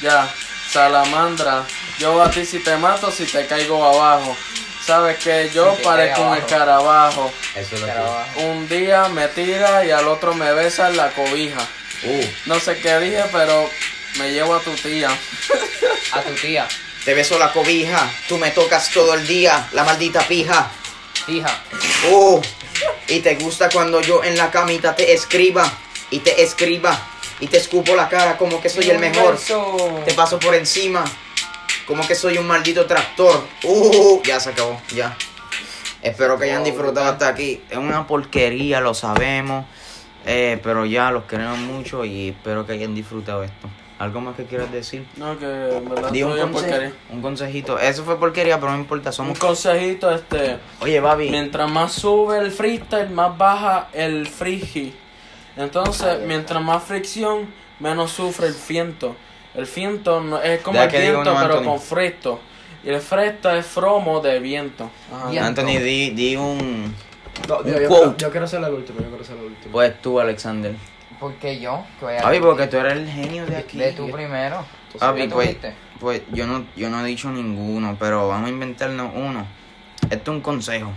Ya, salamandra. Yo a ti si te mato, si te caigo abajo. Sabes que yo
Si te
parezco
cae
un
abajo.
escarabajo.
Eso es lo
Trabajo.
Un día me tira y al otro me besa en la cobija.
Uh,
No sé qué dije, pero me llevo a tu tía.
A tu tía.
te beso la cobija, tú me tocas todo el día, la maldita pija.
Hija.
Uh, y te gusta cuando yo en la camita te escriba y te escriba y te escupo la cara como que soy el mejor. Te paso por encima como que soy un maldito tractor. Uh, ya se acabó, ya. Espero que hayan disfrutado hasta aquí. Es una porquería, lo sabemos. Eh, pero ya los queremos mucho y espero que hayan disfrutado esto. ¿Algo más que quieras decir?
No, que en verdad
Di un,
estoy en
conse-
porquería.
un consejito. Eso fue porquería, pero no importa.
Un
Somos.
consejito, este.
Oye, Babi.
Mientras más sube el freestyle, más baja el frigi.
Ah,
Entonces, mientras más fricción, menos sufre el fiento. El fiento no- es como
Ya
el
que digo,
viento,
no,
pero
Anthony.
con fresco. Y el fresco es fromo de viento.
Ah,
Ajá.
Ya.
Anthony, di, di un.
No,
Un
yo, yo,
quote.
quiero- yo quiero ser el último, yo quiero ser el último.
Pues tú, Alexander.
¿Por qué yo? Que voy a-
Babi, porque tú eres el genio de aquí.
Ve tú primero.
Babi,
¿Ya tú
pues,
viste?
pues yo, no, yo no he dicho ninguno, pero vamos a inventarnos uno. Esto es un consejo.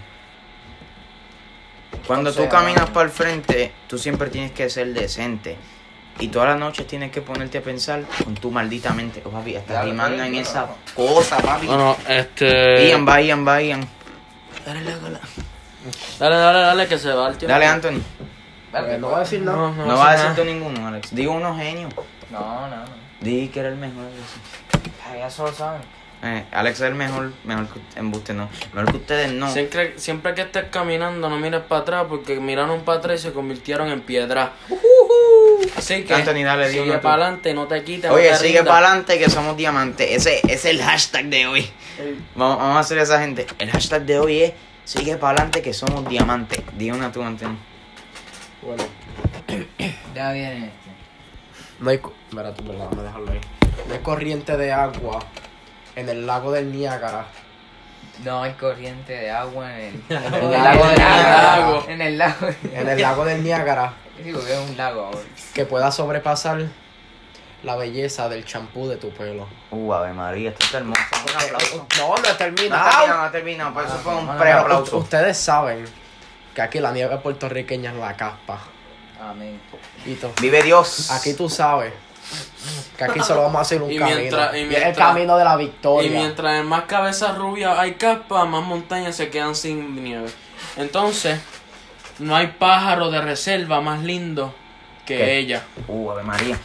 Cuando tú
Consejo,
caminas
¿no?
para el frente, tú siempre tienes que ser decente. Y todas las noches tienes que ponerte a pensar con tu maldita mente. Oh, papi,
Ya
estás
lo
rimando
sé,
en
pero-
esa cosa, papi.
Bueno, este.
Ian, va, Ian, va, Ian.
Dale, dale, dale, que se va el tiempo.
Dale, Anthony.
Dale,
Pues, no voy a decir nada.
No vas a decir tú ninguno, Alex. Digo unos genios.
No, no, no.
Di que era el mejor. Alex.
Ah, Ya solo saben.
Eh, Alex es el mejor, mejor que ustedes, embuste no. Mejor que ustedes no.
Siempre, siempre que estés caminando, no mires para atrás, porque miraron para atrás y se convirtieron en piedra. Así que,
Anthony, dale, di uno
sigue
tú.
para adelante, no te quites. no
Oye,
te
sigue
rindas.
para adelante que somos diamantes. Ese, ese es el hashtag de hoy. Vamos, vamos a hacer a esa gente. El hashtag de hoy es sigue para adelante que somos diamantes. Di una tú, Anthony.
Bueno,
Ya viene este.
no hay. co- Mira, tú, verdad, vamos a dejarlo ahí. No hay corriente de agua en el lago del Niágara.
No hay corriente de agua en el, en
el
el lago de
lago.
lago. En el lago.
En el lago del Niágara
Digo que es un lago ahora.
que pueda sobrepasar la belleza del champú de tu pelo.
Uh, Ave María, esto está hermoso. Un aplauso.
No, no
No
termina.
Ah, ha terminado, no ha terminado. Por eso fue un
Pero u-
preaplauso.
ustedes saben que aquí la nieve puertorriqueña es la caspa.
Amén.
Y tú-
Vive Dios.
aquí tú sabes que aquí solo vamos a hacer un
Y
camino.
mientras- y
Y es el
mientras-
camino de la
Y
victoria.
mientras en más cabezas rubias hay caspa, más montañas se quedan sin nieve. Entonces, no hay pájaro de reserva más lindo que
¿Qué?
ella.
Uh, Ave María.